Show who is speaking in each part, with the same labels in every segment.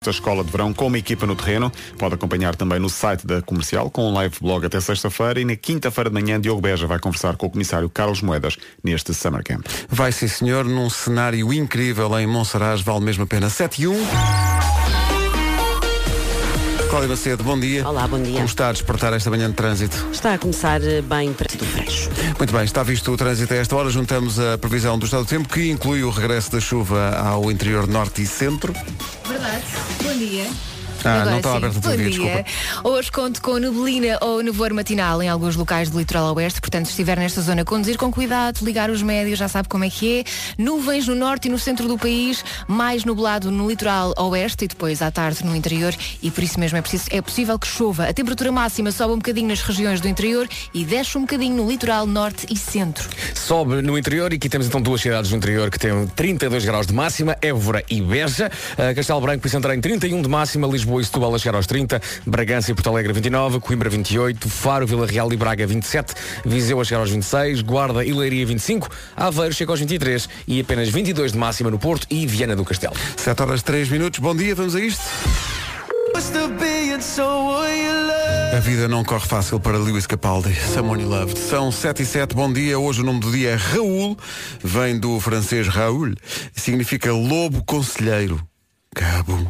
Speaker 1: desta escola de verão com uma equipa no terreno. Pode acompanhar também no site da comercial com um live blog até sexta-feira e na quinta-feira de manhã Diogo Beja vai conversar com o comissário Carlos Moedas neste Summer Camp.
Speaker 2: Vai sim, senhor, num cenário incrível em Monsaraz, vale mesmo a pena. 7 e 1. Cláudia Macedo, bom dia.
Speaker 3: Olá, bom dia.
Speaker 2: Como está a despertar esta manhã de trânsito?
Speaker 3: Está a começar eh, bem para do Freixo.
Speaker 2: Muito bem, está visto o trânsito a esta hora. Juntamos a previsão do estado do tempo, que inclui o regresso da chuva ao interior norte e centro.
Speaker 4: Verdade. Bom dia.
Speaker 2: Ah,
Speaker 4: Agora
Speaker 2: não estava
Speaker 4: sim.
Speaker 2: aberta a
Speaker 4: Bom
Speaker 2: teoria,
Speaker 4: dia.
Speaker 2: desculpa.
Speaker 4: Hoje conto com neblina ou nevoeiro matinal em alguns locais do litoral oeste, portanto, se estiver nesta zona, conduzir com cuidado, ligar os médios, já sabe como é que é. Nuvens no norte e no centro do país, mais nublado no litoral oeste e depois à tarde no interior e por isso mesmo é, preciso, é possível que chova. A temperatura máxima sobe um bocadinho nas regiões do interior e desce um bocadinho no litoral norte e centro.
Speaker 5: Sobe no interior e aqui temos então duas cidades no interior que têm 32 graus de máxima, Évora e Beja. Uh, Castelo Branco e Santarém 31 de máxima, Lisboa e Setúbal a chegar aos 30, Bragança e Porto Alegre 29, Coimbra 28, Faro, Vila Real e Braga 27, Viseu a chegar aos 26, Guarda e Leiria 25, Aveiro chega aos 23 e apenas 22 de máxima no Porto e Viana do Castelo.
Speaker 2: 7 horas 3 minutos. Bom dia, vamos a isto. A vida não corre fácil para Lewis Capaldi, Someone You Loved. São 7 e 7, bom dia. Hoje o nome do dia é Raul, vem do francês Raul, e significa lobo conselheiro. Cabo.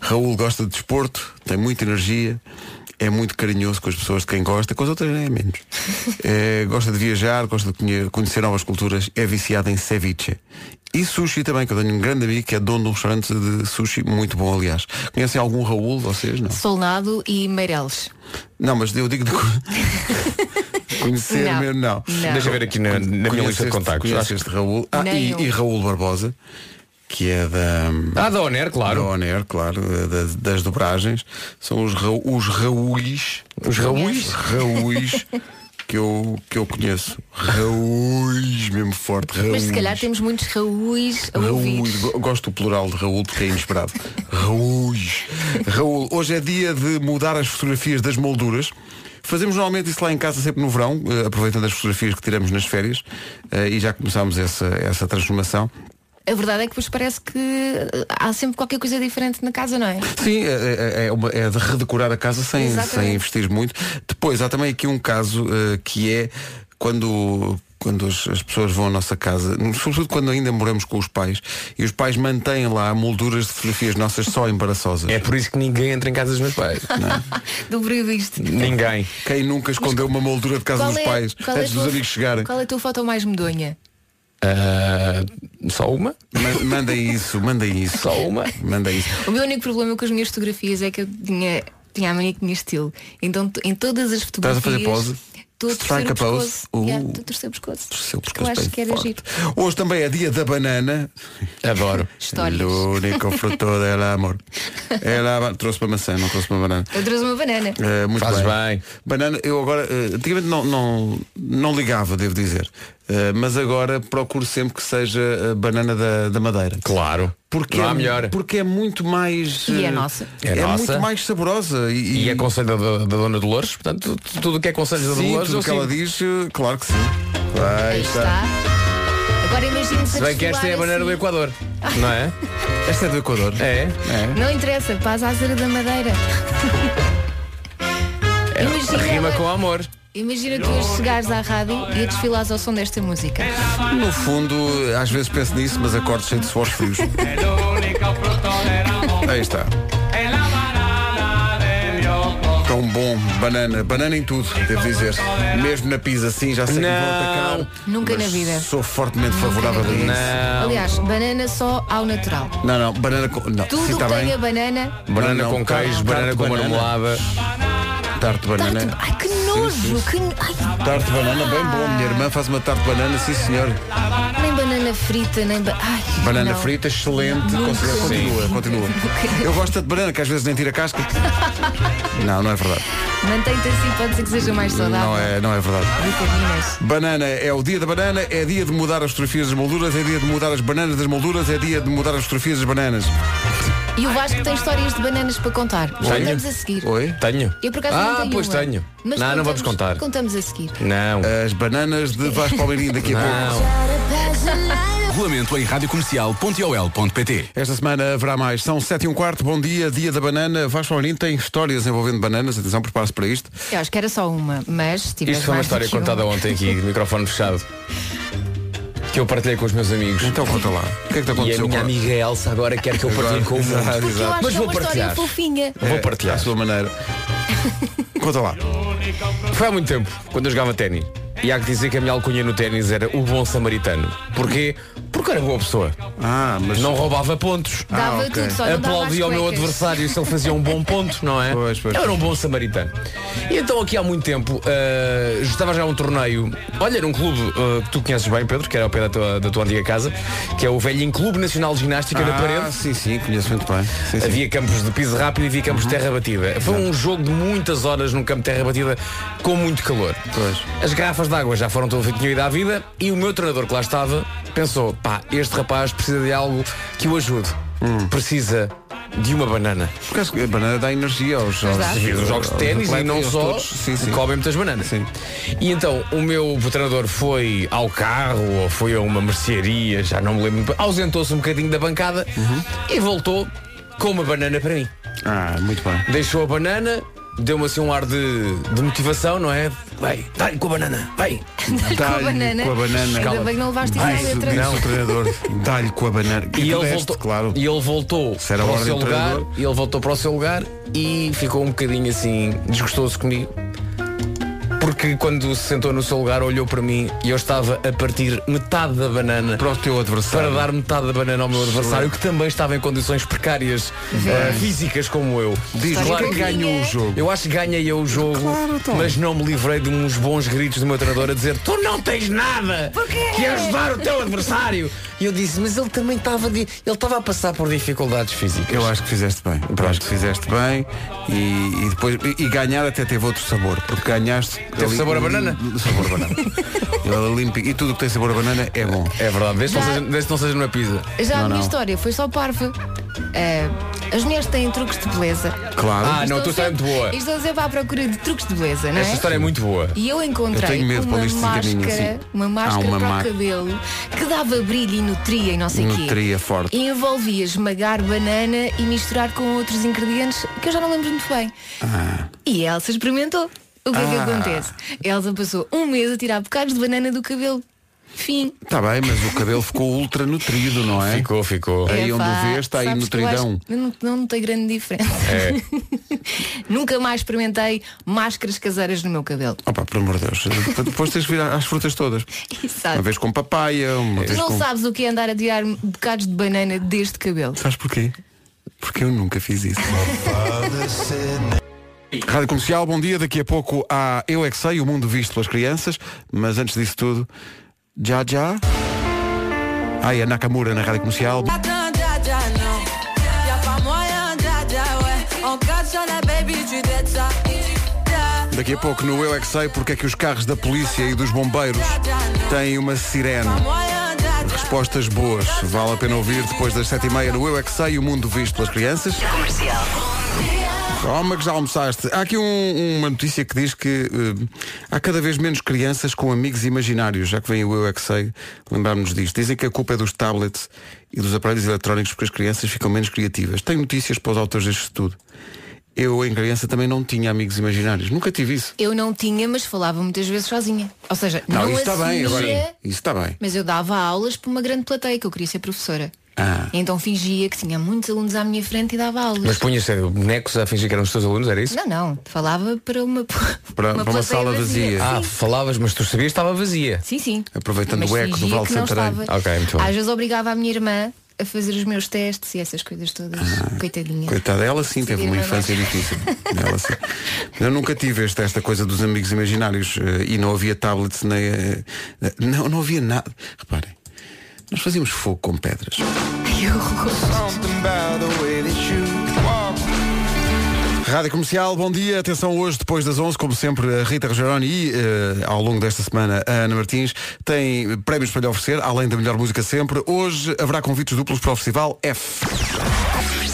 Speaker 2: Raul gosta de desporto, tem muita energia, é muito carinhoso com as pessoas de quem gosta, com as outras é menos. É, gosta de viajar, gosta de conhe- conhecer novas culturas, é viciado em ceviche. E sushi também, que eu tenho um grande amigo que é dono de um restaurante de sushi muito bom, aliás. Conhecem algum Raul, vocês? Não?
Speaker 4: Solnado e Meireles.
Speaker 2: Não, mas eu digo de co- conhecer
Speaker 4: Não.
Speaker 2: mesmo, não.
Speaker 4: Não.
Speaker 5: Deixa eu ver aqui na, na minha lista
Speaker 2: Conheceste-
Speaker 5: de contactos.
Speaker 2: Conheces este Raul. Ah,
Speaker 4: Nem
Speaker 2: e,
Speaker 4: eu.
Speaker 2: e Raul Barbosa, que é da.
Speaker 5: Ah, da Oner,
Speaker 2: da
Speaker 5: claro.
Speaker 2: On Air, claro, da- das, das dobragens. São os, Ra, os Raúis.
Speaker 5: Os Raúis?
Speaker 2: Raúis que eu, que eu conheço. Raúis, mesmo forte. Raúis.
Speaker 4: Mas se calhar temos muitos Raúis a ouvir.
Speaker 2: Raúl, go- gosto do plural de Raul porque é inesperado. Raul. Raul, hoje é dia de mudar as fotografias das molduras. Fazemos normalmente isso lá em casa sempre no verão, eh, aproveitando as fotografias que tiramos nas férias eh, e já começámos essa, essa transformação.
Speaker 4: A verdade é que depois parece que eh, há sempre qualquer coisa diferente na casa, não é?
Speaker 2: Sim, é, é- é uma- é de redecorar a casa sem,
Speaker 4: Exatamente.
Speaker 2: sem investir muito. Depois, há também aqui um caso eh, que é quando, quando as, as pessoas vão à nossa casa, sobretudo quando ainda moramos com os pais, e os pais mantêm lá molduras de fotografias nossas só embaraçosas.
Speaker 5: É por isso que ninguém entra em casa dos meus pais.
Speaker 4: Do previsto.
Speaker 5: ninguém.
Speaker 2: Quem nunca escondeu uma moldura de casa dos pais
Speaker 4: é a
Speaker 2: antes dos
Speaker 4: tua-
Speaker 2: amigos chegarem?
Speaker 4: Qual é a tua foto mais medonha?
Speaker 5: Ah, só uma?
Speaker 2: Ma- Mandem isso, mandem isso.
Speaker 5: Só uma?
Speaker 2: Mandem isso.
Speaker 4: O meu único problema com as minhas fotografias é que eu tinha, tinha a mania que tinha estilo. Então t- em todas as
Speaker 2: a
Speaker 4: fotografias.
Speaker 2: fazer pose?
Speaker 4: Estou a
Speaker 2: Strike
Speaker 4: torcer
Speaker 2: a
Speaker 4: o
Speaker 2: pose?
Speaker 4: pescoço.
Speaker 2: Uh.
Speaker 4: Yeah, estou a torcer o pescoço.
Speaker 2: Seu
Speaker 4: Porque eu
Speaker 2: pescoço
Speaker 4: acho
Speaker 2: bem
Speaker 4: que era
Speaker 2: forte.
Speaker 4: giro.
Speaker 2: Hoje também é dia da banana.
Speaker 5: Adoro.
Speaker 4: Histórias.
Speaker 2: L'unico fruto del amor. Ela ba- trouxe uma maçã, não trouxe uma banana.
Speaker 4: Eu trouxe uma banana.
Speaker 2: Eh, muito
Speaker 5: Fazes bem.
Speaker 2: Banana, eu agora, eh, antigamente não, não, não ligava, devo dizer. Eh, mas agora procuro sempre que seja eh, banana da, da madeira.
Speaker 5: Claro.
Speaker 2: Porque,
Speaker 5: Não há
Speaker 2: é,
Speaker 5: melhor.
Speaker 2: porque é muito mais.
Speaker 4: E é
Speaker 2: eh,
Speaker 4: nossa.
Speaker 5: É
Speaker 2: É,
Speaker 5: nossa.
Speaker 2: muito mais saborosa. E,
Speaker 5: E é conselho da, da- da Dona Dolores, portanto, tu- tudo o que é conselho da
Speaker 2: Sim,
Speaker 5: Dolores,
Speaker 2: tudo
Speaker 5: eu
Speaker 2: o que ela
Speaker 5: sigo.
Speaker 2: diz, eh, claro que sim.
Speaker 4: Aí está. Agora imagino
Speaker 5: Se bem que esta é a banana do Equador, não é?
Speaker 2: Esta é do Equador.
Speaker 5: É.
Speaker 4: assim. Não interessa, faz a Azera da Madeira.
Speaker 2: É,
Speaker 4: Imagina
Speaker 5: Rima
Speaker 4: ela-
Speaker 5: com amor.
Speaker 4: Imagina tu hoje chegares à rádio e a desfilares ao som desta música.
Speaker 2: No fundo, às vezes penso nisso, mas acordo cheio de suores frios. Aí está. Tão bom, banana, banana em tudo, devo dizer. Mesmo na pizza, sim, já sei que me vão
Speaker 5: Não.
Speaker 2: atacar.
Speaker 4: Nunca
Speaker 2: mas
Speaker 4: na vida.
Speaker 2: Sou fortemente favorável a isso.
Speaker 5: Não.
Speaker 4: Aliás, banana só ao natural.
Speaker 2: Não, não, banana com. Não,
Speaker 4: Tudo
Speaker 2: sim,
Speaker 4: o que
Speaker 5: tá
Speaker 2: está bem.
Speaker 4: tenha banana.
Speaker 5: Banana
Speaker 2: Não, não,
Speaker 5: com
Speaker 2: tarte-
Speaker 5: queijo, banana
Speaker 2: tarte
Speaker 5: com
Speaker 2: banana.
Speaker 5: marmelada.
Speaker 2: Tarte de banana.
Speaker 4: Tarte- tá Ai que nojo! Que... Ai,
Speaker 2: Tarte de banana, bem bom. Minha irmã faz uma tarte de banana, sim senhor.
Speaker 4: nem banana frita, nem. ba- Ai,
Speaker 2: Banana
Speaker 4: não.
Speaker 2: frita, excelente. Considera- Continua, continua. Eu gosto de banana, que às vezes nem tira casca. Não, não é verdade.
Speaker 4: Mantém-te assim, pode ser que seja mais saudável.
Speaker 2: Não é, não é verdade.
Speaker 4: Vitaminas.
Speaker 2: Banana é o dia da banana, é dia de mudar as fotografias das molduras, é dia de mudar as bananas das molduras, é dia de mudar as fotografias das bananas.
Speaker 4: E o Vasco tem histórias de bananas para contar. Contamos a seguir.
Speaker 2: Oi?
Speaker 5: Tenho.
Speaker 4: Eu por acaso não
Speaker 5: ah,
Speaker 4: tenho
Speaker 5: pois
Speaker 4: uma.
Speaker 5: tenho.
Speaker 4: Mas
Speaker 5: não, não
Speaker 4: contamos-
Speaker 5: vamos contar.
Speaker 2: Eh,
Speaker 4: Contamos a seguir.
Speaker 5: Não.
Speaker 2: As bananas de Vasco Palmeirinho daqui a pouco.
Speaker 5: Não.
Speaker 6: Regulamento em radiocomercial.ol.pt
Speaker 2: Esta semana haverá mais. São 7 e um quarto, bom dia, dia da banana. Vasco Amorim tem histórias envolvendo bananas, atenção, prepare-se para isto.
Speaker 4: Eu acho que era só uma, mas se tiveres
Speaker 5: Isto foi uma
Speaker 4: mais do
Speaker 5: história
Speaker 4: que
Speaker 5: contada ontem aqui, de microfone fechado, que eu partilhei com os meus amigos.
Speaker 2: Então conta lá, o que é que te
Speaker 5: E a
Speaker 2: aconteceu?
Speaker 5: minha
Speaker 2: com-
Speaker 5: amiga Elsa agora quer que eu
Speaker 2: Agora,
Speaker 5: partilhe com o mundo.
Speaker 2: exato,
Speaker 4: Porque eu
Speaker 2: exato.
Speaker 4: acho
Speaker 5: Mas
Speaker 4: que é
Speaker 5: vou
Speaker 4: uma
Speaker 5: partilhar.
Speaker 4: históia fofinha.
Speaker 5: Vou
Speaker 2: É, À
Speaker 5: partilhar.
Speaker 2: sua maneira. conta lá.
Speaker 5: Foi há muito tempo, quando eu jogava ténis. E há que dizer que a minha alcunha no ténis era o bom samaritano. Porquê? Porque era boa pessoa.
Speaker 2: Ah, mas... Ah.
Speaker 5: Não roubava pontos.
Speaker 4: Dava
Speaker 2: ok.
Speaker 4: tudo, só não dava
Speaker 5: Aplaudia
Speaker 4: às
Speaker 5: Ah, ao meu
Speaker 4: cuecas.
Speaker 5: adversário se ele fazia um bom ponto, não é?
Speaker 2: Pois, pois.
Speaker 5: Eu era um bom samaritano. E então aqui há muito tempo eh, estava já um torneio. Olha, era um clube eh, que tu conheces bem, Pedro, que era ao pé da tua, da tua antiga casa, que é o velhinho Clube Nacional de Ginástica da
Speaker 2: Ah,
Speaker 5: Parede.
Speaker 2: sim, sim, conheço muito bem. Sim, sim.
Speaker 5: Havia campos de piso rápido e havia campos de terra batida. Foi um jogo de muitas horas num campo de terra batida com muito calor.
Speaker 2: Pois.
Speaker 5: As garrafas de água já foram todas tinham ido à vida e o meu treinador que lá estava pensou, pá, este rapaz precisa de algo que o ajude.
Speaker 2: Hum.
Speaker 5: Precisa de uma banana.
Speaker 2: Porque acho que a banana dá energia aos,
Speaker 4: Pois
Speaker 2: aos,
Speaker 4: dá.
Speaker 5: Devido aos jogos de
Speaker 2: aos
Speaker 5: ténis e
Speaker 2: Ah, atletas,
Speaker 5: não
Speaker 2: aos
Speaker 5: só
Speaker 2: todos. Sim, sim.
Speaker 5: comem muitas bananas.
Speaker 2: Sim.
Speaker 5: E então o meu treinador foi ao carro ou foi a uma mercearia, já não me lembro, muito bem, ausentou-se um bocadinho da bancada
Speaker 2: Uhum.
Speaker 5: e voltou com uma banana para mim.
Speaker 2: Ah, muito bem.
Speaker 5: Deixou a banana, deu-me assim um ar de, de motivação, não é? Vai, dá-lhe com a banana, vai.
Speaker 2: Dá-lhe com a banana.
Speaker 4: Ainda bem que não levaste isso à
Speaker 2: Disse,
Speaker 4: letra.
Speaker 2: disse o treinador, dá-lhe com a banana.
Speaker 5: E ele,
Speaker 2: deste,
Speaker 5: voltou,
Speaker 2: claro.
Speaker 5: e ele voltou
Speaker 2: Se era
Speaker 5: para
Speaker 2: a
Speaker 5: o
Speaker 2: ordem
Speaker 5: seu
Speaker 2: do
Speaker 5: lugar
Speaker 2: treinador.
Speaker 5: e ele voltou para o seu lugar e ficou um bocadinho assim desgostoso comigo porque quando se sentou no seu lugar olhou para mim e eu estava a partir metade da banana
Speaker 2: Para o teu
Speaker 5: para
Speaker 2: adversário.
Speaker 5: dar metade da banana ao meu adversário que também estava em condições precárias eh, físicas como eu
Speaker 2: Diz
Speaker 4: História
Speaker 2: claro
Speaker 5: claro
Speaker 2: que
Speaker 5: que
Speaker 4: fofinha.
Speaker 2: ganhou o jogo. então.
Speaker 5: eu acho que ganhei eu o jogo, mas não me livrei de uns bons gritos do meu treinador a dizer tu não tens nada
Speaker 4: Porquê?
Speaker 5: que é ajudar o teu adversário. E eu disse, mas ele também estava de... ele estava a passar por dificuldades físicas.
Speaker 2: Eu acho que fizeste bem. Eu acho que fizeste bem e, e depois e, e ganhar até teve outro sabor, porque ganhaste. um
Speaker 5: Teve sabor a banana?
Speaker 2: Sabor a banana. Ele limpa- e tudo o que tem sabor a banana é bom.
Speaker 5: É verdade, desde que não
Speaker 4: Já-
Speaker 5: seja, desde que não seja numa pizza.
Speaker 4: Já
Speaker 2: Não,
Speaker 4: a minha
Speaker 2: não.
Speaker 4: história foi só parva. Eh, as mulheres têm truques de beleza.
Speaker 2: Claro.
Speaker 5: Ah, não,
Speaker 4: Estão
Speaker 5: tu está
Speaker 4: sempre-
Speaker 5: muito boa.
Speaker 4: e Estão sempre à procura de truques de beleza, não é?
Speaker 5: Esta história é muito boa.
Speaker 4: E eu
Speaker 2: Eu
Speaker 4: encontrei
Speaker 2: tenho medo
Speaker 4: uma,
Speaker 2: quando isto se
Speaker 4: máscara,
Speaker 2: encaminha assim.
Speaker 4: uma máscara
Speaker 2: Ah, uma
Speaker 4: para
Speaker 2: ma-
Speaker 4: o cabelo que dava brilho e nutria e não sei o quê.
Speaker 2: Nutria forte.
Speaker 4: E envolvia esmagar banana e misturar com outros ingredientes que eu já não lembro muito bem. E a Elsa experimentou. O que é que
Speaker 2: Ah.
Speaker 4: acontece? A Elsa passou um mês a tirar bocados de banana do cabelo. Fim.
Speaker 2: Está Tá bem, mas o cabelo ficou ultra nutrido, não é?
Speaker 5: Ficou, ficou. um
Speaker 2: Aí onde
Speaker 4: Epá,
Speaker 2: o vês está aí
Speaker 4: sabes que eu acho-
Speaker 2: nutridão.
Speaker 4: eu Não, não notei grande diferença.
Speaker 5: é,
Speaker 4: Nunca mais experimentei máscaras caseiras no meu cabelo.
Speaker 2: Opa, por amor de Deus. Depois tens que vir às frutas todas.
Speaker 4: Exato.
Speaker 2: Uma vez com papaya, uma
Speaker 4: Tu
Speaker 2: vez
Speaker 4: não
Speaker 2: com.
Speaker 4: sabes o que é andar a tirar bocados de banana deste cabelo.
Speaker 2: Sabes porquê? Porque eu nunca fiz isso. Rádio Comercial, bom dia. Daqui a pouco há Eu É Que Sei, o mundo visto pelas crianças. Mas antes disso tudo, já já. Ai, a Nakamura na Rádio Comercial. Daqui a pouco no Eu É Que Sei, porque é que os carros da polícia e dos bombeiros têm uma sirene. Respostas boas. Vale a pena ouvir depois das sete e meia no Eu É Que Sei, o mundo visto pelas crianças. Toma que já almoçaste. Há aqui um- uma notícia que diz que eh, há cada vez menos crianças com amigos imaginários, já que vem o Eu é que sei, lembrarmos disto. Dizem que a culpa é dos tablets e dos aparelhos eletrónicos porque as crianças ficam menos criativas. Tenho notícias para os autores deste estudo. Eu, em criança, também não tinha amigos imaginários. Nunca tive isso.
Speaker 4: Eu não tinha, mas falava muitas vezes sozinha. Ou seja, não,
Speaker 2: Não, isso está bem.
Speaker 4: assumia,
Speaker 2: Agora, isso está bem.
Speaker 4: mas eu dava aulas para uma grande plateia que eu queria ser professora.
Speaker 2: Ah.
Speaker 4: Então fingia que tinha muitos alunos à minha frente e dava aulas.
Speaker 5: Mas punhas eh, bonecos a fingir que eram os teus alunos, era isso?
Speaker 4: Não, não. Falava para uma,
Speaker 2: Para- para uma
Speaker 4: plateia
Speaker 2: sala vazia.
Speaker 5: Ah, falavas, mas tu sabias que estava vazia.
Speaker 4: Sim, sim.
Speaker 2: Aproveitando
Speaker 4: Mas
Speaker 2: o eco do
Speaker 4: fingia
Speaker 2: Vale
Speaker 4: que não
Speaker 2: Santarém.
Speaker 4: estava.
Speaker 5: Ok, muito bem.
Speaker 4: Às vezes obrigava a minha irmã a fazer os meus testes e essas coisas todas.
Speaker 2: Ah,
Speaker 4: Coitadinha.
Speaker 2: Coitada, ela sim teve uma
Speaker 4: Sim,
Speaker 2: infância
Speaker 4: mas-
Speaker 2: difícil. Ela sim. Eu nunca tive esta, esta coisa dos amigos imaginários eh, e não havia tablets nem. eh, não, não havia nada. Reparem, nós fazíamos fogo com pedras.
Speaker 4: Ai, horror.
Speaker 2: Rádio Comercial, bom dia. Atenção hoje, depois das 11, como sempre, a Rita Rogeroni e, eh, ao longo desta semana, a Ana Martins têm prémios para lhe oferecer, além da melhor música sempre. Hoje haverá convites duplos para o Festival F. Em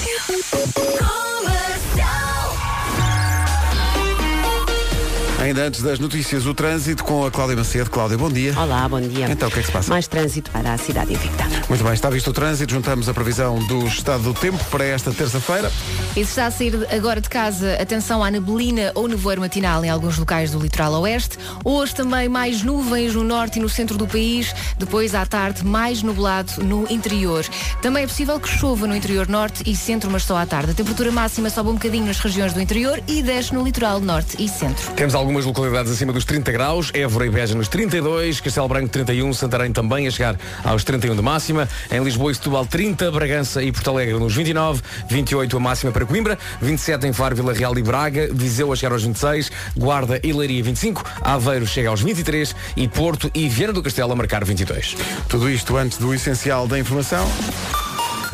Speaker 2: Ainda antes das notícias, o trânsito com a Cláudia Macedo. Cláudia, bom dia.
Speaker 3: Olá, bom dia.
Speaker 2: Então, o que é que se passa?
Speaker 3: Mais trânsito para a cidade invicta.
Speaker 2: Muito bem, está visto o trânsito, juntamos a previsão do estado do tempo para esta terça-feira.
Speaker 4: E se está a sair agora de casa, atenção à neblina ou nevoeiro matinal em alguns locais do litoral oeste. Hoje também mais nuvens no norte e no centro do país. Depois à tarde mais nublado no interior. Também é possível que chova no interior norte e centro, mas só à tarde. A temperatura máxima sobe um bocadinho nas regiões do interior e desce no litoral norte e centro.
Speaker 5: Temos algumas localidades acima dos 30 graus, Évora e Beja nos 32, Castelo Branco 31, Santarém também a chegar aos 31 de máxima, em Lisboa e Setúbal 30, Bragança e Porto Alegre nos 29, 28 a máxima para Coimbra, 27 em Faro, Vila Real e Braga, Viseu a chegar aos 26, Guarda e Leiria 25, Aveiro chega aos 23 e Porto e Viana do Castelo a marcar 22.
Speaker 2: Tudo isto antes do essencial da informação.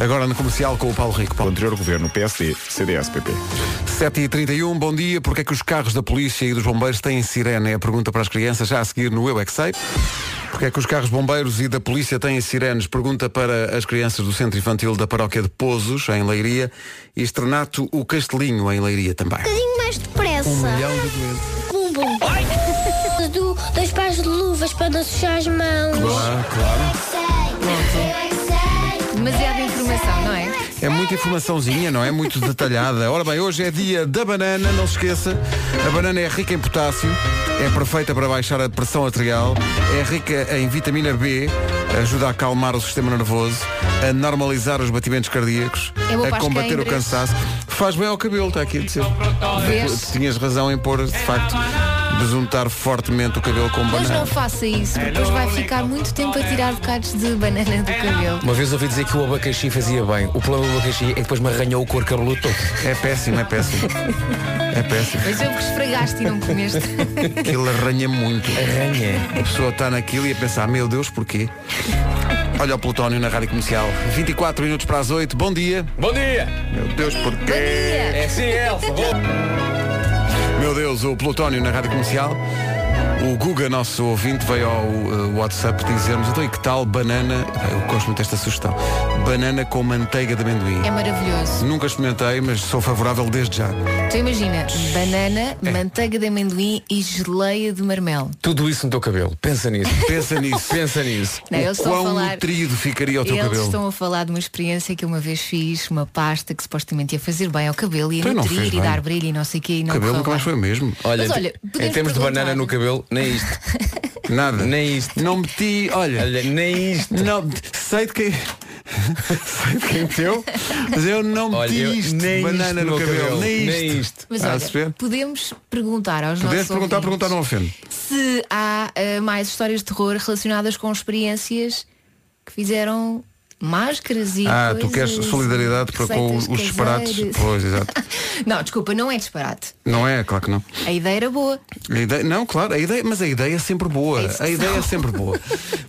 Speaker 2: Agora no comercial com o Paulo Rico.
Speaker 1: O
Speaker 2: Paulo.
Speaker 1: anterior governo, PSD, CDS-PP.
Speaker 2: 7h31, bom dia. Porquê é que os carros da polícia e dos bombeiros têm sirene? É a pergunta para as crianças, já a seguir no Eu É Que Sei. Porquê é que os carros bombeiros e da polícia têm sirenes? Pergunta para as crianças do Centro Infantil da Paróquia de Pozos, em Leiria, e Estrenato o Castelinho, em Leiria também.
Speaker 7: bocadinho mais depressa.
Speaker 8: Um
Speaker 7: Bum, bum. Do, dois pares de luvas para não sujar as mãos. é
Speaker 2: Claro, claro.
Speaker 4: Demasiada informação, não é?
Speaker 2: É muita informaçãozinha, não é? Muito detalhada. Ora bem, hoje é dia da banana, não se esqueça. A banana é rica em potássio, é perfeita para baixar a pressão arterial, é rica em vitamina B, ajuda a acalmar o sistema nervoso, a normalizar os batimentos cardíacos,
Speaker 4: É boa
Speaker 2: a
Speaker 4: para as
Speaker 2: combater o
Speaker 4: queimbras.
Speaker 2: cansaço. Faz bem ao cabelo, está aqui a dizer.
Speaker 4: Vês?
Speaker 2: Tinhas razão em pôr, de facto, desuntar fortemente o cabelo com
Speaker 4: Mas
Speaker 2: banana.
Speaker 4: não faça isso, porque depois vai ficar muito tempo a tirar bocados de banana do
Speaker 2: É,
Speaker 4: cabelo.
Speaker 5: Uma vez ouvi dizer que o abacaxi fazia bem. O problema do abacaxi é que depois me arranhou o cor cabeludo todo.
Speaker 2: É péssimo, é péssimo. É péssimo.
Speaker 4: Mas eu que esfregaste e não comeste.
Speaker 2: Aquilo arranha muito.
Speaker 5: Arranha.
Speaker 2: A pessoa está naquilo e a pensar, meu Deus, porquê? Olha o Plutónio na Rádio Comercial. 24 minutos para as 8, bom dia.
Speaker 5: Bom dia!
Speaker 2: Meu Deus, porquê?
Speaker 5: É sim, Elsa.
Speaker 2: Meu Deus, o Plutónio na Rádio Comercial. O Guga, nosso ouvinte, veio ao eh, WhatsApp dizer-nos, então e que tal banana, Epá, eu gosto muito desta sugestão, banana com manteiga de amendoim.
Speaker 4: É maravilhoso.
Speaker 2: Nunca experimentei, mas sou favorável desde já.
Speaker 4: Tu imagina, banana,
Speaker 2: É.
Speaker 4: manteiga de amendoim e geleia de marmelo.
Speaker 5: Tudo isso no teu cabelo. Pensa nisso.
Speaker 2: Pensa nisso.
Speaker 5: Pensa nisso.
Speaker 4: Não, eles
Speaker 2: o
Speaker 4: estão a
Speaker 2: quão
Speaker 4: falar-
Speaker 2: nutrido ficaria É o teu
Speaker 4: Eles
Speaker 2: cabelo.
Speaker 4: estão a falar de uma experiência que eu uma vez fiz, uma pasta que supostamente ia fazer bem ao cabelo, ia
Speaker 2: Tu Então não fez
Speaker 4: nutrir e
Speaker 2: bem.
Speaker 4: dar brilho e não sei o quê. E
Speaker 2: O
Speaker 4: não
Speaker 2: cabelo
Speaker 4: correu
Speaker 2: nunca mais
Speaker 4: bem.
Speaker 2: foi o mesmo.
Speaker 5: Olha,
Speaker 4: Mas olha,
Speaker 5: em
Speaker 4: podemos
Speaker 5: termos de banana
Speaker 4: perguntar.
Speaker 5: no cabelo, nem isto.
Speaker 2: Nada.
Speaker 5: Nem isto.
Speaker 2: Não meti, olha.
Speaker 5: Olha, nem isto.
Speaker 2: Não, sei de quem. sei de quem meteu, mas eu não meti
Speaker 5: Olha, eu-
Speaker 2: isto de
Speaker 5: nem
Speaker 2: banana
Speaker 5: isto
Speaker 2: no
Speaker 5: no
Speaker 2: cabelo.
Speaker 5: cabelo,
Speaker 2: Nem isto.
Speaker 5: nem isto.
Speaker 4: Mas
Speaker 2: Está a
Speaker 4: olha,
Speaker 2: perceber?
Speaker 4: podemos perguntar aos
Speaker 2: Podes
Speaker 4: nossos
Speaker 2: perguntar,
Speaker 4: ouvintes
Speaker 2: perguntar não ofende.
Speaker 4: se há eh, mais histórias de terror relacionadas com experiências que fizeram máscaras e
Speaker 2: Ah, tu queres
Speaker 4: coisas,
Speaker 2: solidariedade para com os
Speaker 4: receitas
Speaker 2: disparates.
Speaker 4: caseiras.
Speaker 2: Pois, exato.
Speaker 4: Não, desculpa, não é disparate.
Speaker 2: Não é, claro que não.
Speaker 4: A ideia era boa.
Speaker 2: A ideia, não, claro, a ideia, mas a ideia é sempre boa.
Speaker 4: isso
Speaker 2: A ideia é sempre boa.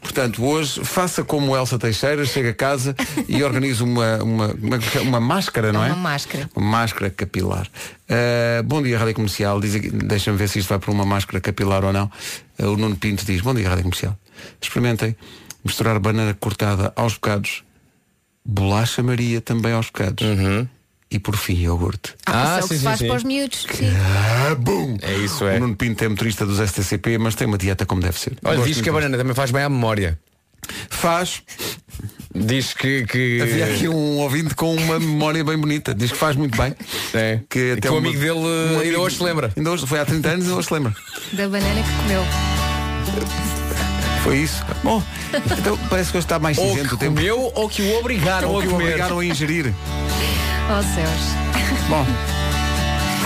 Speaker 2: Portanto, hoje faça como Elsa Teixeira, chega a casa e organiza uma, uma, uma, uma máscara, não é?
Speaker 4: Uma máscara.
Speaker 2: Uma máscara capilar. Ah, bom dia, Rádio Comercial. Diz aqui- Deixa-me ver se isto vai para uma máscara capilar ou não. Ah, o Nuno Pinto diz, bom dia, Rádio Comercial. Experimentem misturar banana cortada aos bocados, bolacha Maria também aos bocados.
Speaker 4: Uhum.
Speaker 2: E por fim, iogurte.
Speaker 5: Ah,
Speaker 4: Ah, mas é o
Speaker 5: sim,
Speaker 4: que se
Speaker 5: sim,
Speaker 4: faz
Speaker 5: sim.
Speaker 4: para os miúdos. Sim.
Speaker 2: Ah, bum!
Speaker 5: É isso, é.
Speaker 2: O Nuno Pinto é motorista dos STCP, mas tem uma dieta como deve ser.
Speaker 5: Olha,
Speaker 2: Gosto muito
Speaker 5: diz que a
Speaker 2: dele.
Speaker 5: banana também faz bem à memória.
Speaker 2: Faz.
Speaker 5: Diz que. que...
Speaker 2: Havia aqui um ouvinte com uma memória bem bonita. Diz que faz muito bem.
Speaker 5: É.
Speaker 2: Que, até
Speaker 5: Que o
Speaker 2: uma- um
Speaker 5: amigo dele, ainda hoje se lembra.
Speaker 2: Ainda hoje, foi há 30 anos e hoje se lembra.
Speaker 4: Da banana que comeu.
Speaker 2: Foi isso. Bom, então parece que hoje está mais
Speaker 5: Ou
Speaker 2: cinzento
Speaker 5: que
Speaker 2: o tempo.
Speaker 5: comeu ou que o obrigaram
Speaker 2: Ou
Speaker 5: a
Speaker 2: que o
Speaker 5: comer.
Speaker 2: obrigaram a ingerir.
Speaker 4: Oh céus.
Speaker 2: Bom.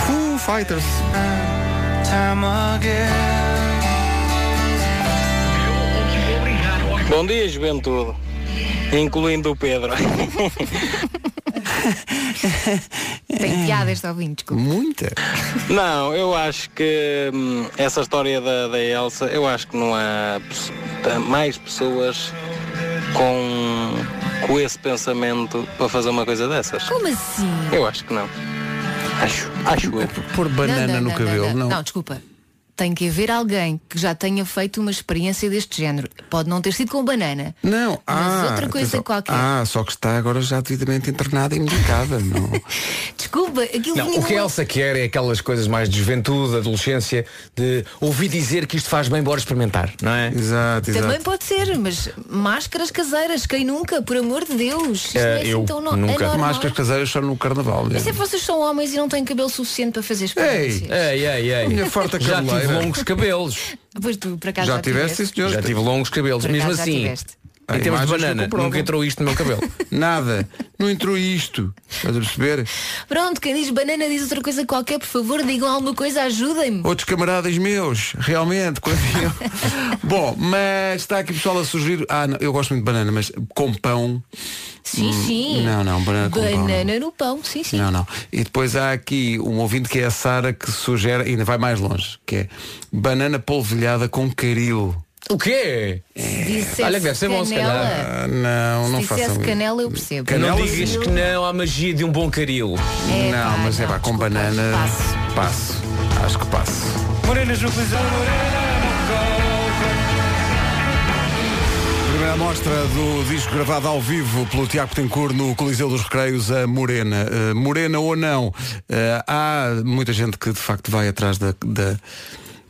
Speaker 2: Foo Fighters.
Speaker 9: Bom dia, juventude, incluindo o Pedro.
Speaker 4: Tem piada este ouvinte, desculpa.
Speaker 2: Muita.
Speaker 9: Não, eu acho que hum, essa história da, da Elsa, eu acho que não há pes- tá- mais pessoas com, com esse pensamento para fazer uma coisa dessas.
Speaker 4: Como assim?
Speaker 9: Eu acho que não. Acho, acho eu.
Speaker 2: Pôr banana
Speaker 4: Não, não,
Speaker 2: no
Speaker 4: não,
Speaker 2: cabelo,
Speaker 4: não,
Speaker 2: não.
Speaker 4: não. desculpa. tem que haver alguém que já tenha feito uma experiência deste género. Pode não ter sido com banana.
Speaker 2: Não,
Speaker 4: Mas
Speaker 2: ah,
Speaker 4: outra coisa
Speaker 2: atenção.
Speaker 4: qualquer.
Speaker 2: Ah, só que está agora já devidamente internada e medicada. não.
Speaker 4: Desculpa, aquilo
Speaker 5: Não,
Speaker 4: vinha
Speaker 5: o que a
Speaker 4: num-
Speaker 5: Elsa quer é aquelas coisas mais de juventude, adolescência, de ouvir dizer que isto faz bem, bora experimentar, não é?
Speaker 2: Exato, exato.
Speaker 4: Também pode ser, mas máscaras caseiras, quem nunca, por amor de Deus. Isto não é
Speaker 5: Eh,
Speaker 4: assim
Speaker 5: eu
Speaker 4: tão no...
Speaker 5: nunca.
Speaker 4: anormal.
Speaker 2: Máscaras caseiras só no carnaval.
Speaker 4: Mas é que vocês são homens e não têm cabelo suficiente para fazer experiências.
Speaker 2: é.
Speaker 5: Ei, ei, ei.
Speaker 2: Minha farta
Speaker 5: Já tive
Speaker 2: cabeleira.
Speaker 5: longos cabelos.
Speaker 4: Pois tu, por acaso,
Speaker 2: Já tiveste, senhor?
Speaker 5: Já tive longos cabelos.
Speaker 4: Por
Speaker 5: Mesmo
Speaker 4: acaso já
Speaker 5: assim,
Speaker 4: tiveste.
Speaker 2: Há
Speaker 5: em termos de
Speaker 2: imagens que
Speaker 5: banana,
Speaker 2: comprovam.
Speaker 5: nunca entrou isto no meu cabelo.
Speaker 2: Nada. Não entrou isto. Estás a perceber?
Speaker 4: Pronto, quem diz banana diz outra coisa qualquer, por favor, digam alguma coisa, ajudem-me.
Speaker 2: Outros camaradas meus, realmente, quando eu- Bom, mas está aqui pessoal a surgir. Ah, não, eu gosto muito de banana, mas com pão.
Speaker 4: Sim, sim.
Speaker 2: Hum, não, não, banana com pão,
Speaker 4: Banana no pão, sim, sim.
Speaker 2: Não, não. E depois há aqui um ouvinte que é a Sara que sugere, ainda vai mais longe, que é banana polvilhada com caril.
Speaker 5: O quê?
Speaker 4: Se dissesse
Speaker 5: Olha que deve ser bom, se
Speaker 4: canela,
Speaker 5: calhar.
Speaker 2: Ah, não, não
Speaker 4: Se dissesse
Speaker 2: façam isso.
Speaker 4: canela, eu percebo.
Speaker 2: Canela,
Speaker 5: Não
Speaker 2: Ela
Speaker 5: digas
Speaker 2: sim.
Speaker 5: que não à magia de um bom caril.
Speaker 4: É,
Speaker 2: não,
Speaker 4: pá,
Speaker 2: mas é
Speaker 4: não,
Speaker 2: pá, com
Speaker 4: desculpa,
Speaker 2: banana.
Speaker 4: passo.
Speaker 2: Passo. Acho que passo. Primeira amostra do disco gravado ao vivo pelo Tiago Tencourt no Coliseu dos Recreios a Morena. Eh, Morena ou não, eh, há muita gente que de facto vai atrás da, da,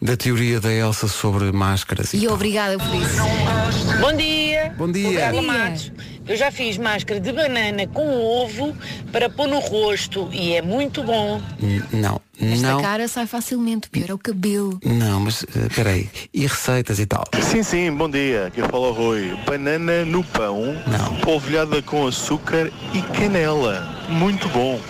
Speaker 2: da teoria da Elsa sobre máscaras. e
Speaker 4: E
Speaker 2: tal.
Speaker 4: obrigada por isso. é.
Speaker 8: Bom dia.
Speaker 2: Bom dia.
Speaker 8: Carla Matos. Eu já fiz máscara de banana com ovo para pôr no rosto e é muito bom.
Speaker 2: N- Não,
Speaker 4: Esta
Speaker 2: não.
Speaker 4: cara sai facilmente, o pior é o cabelo.
Speaker 2: Não, mas eh, peraí. E receitas e tal?
Speaker 10: Sim, sim, bom dia. Aqui fala é o Rui. Banana no pão,
Speaker 2: Não.
Speaker 10: polvilhada com açúcar e canela. Muito bom.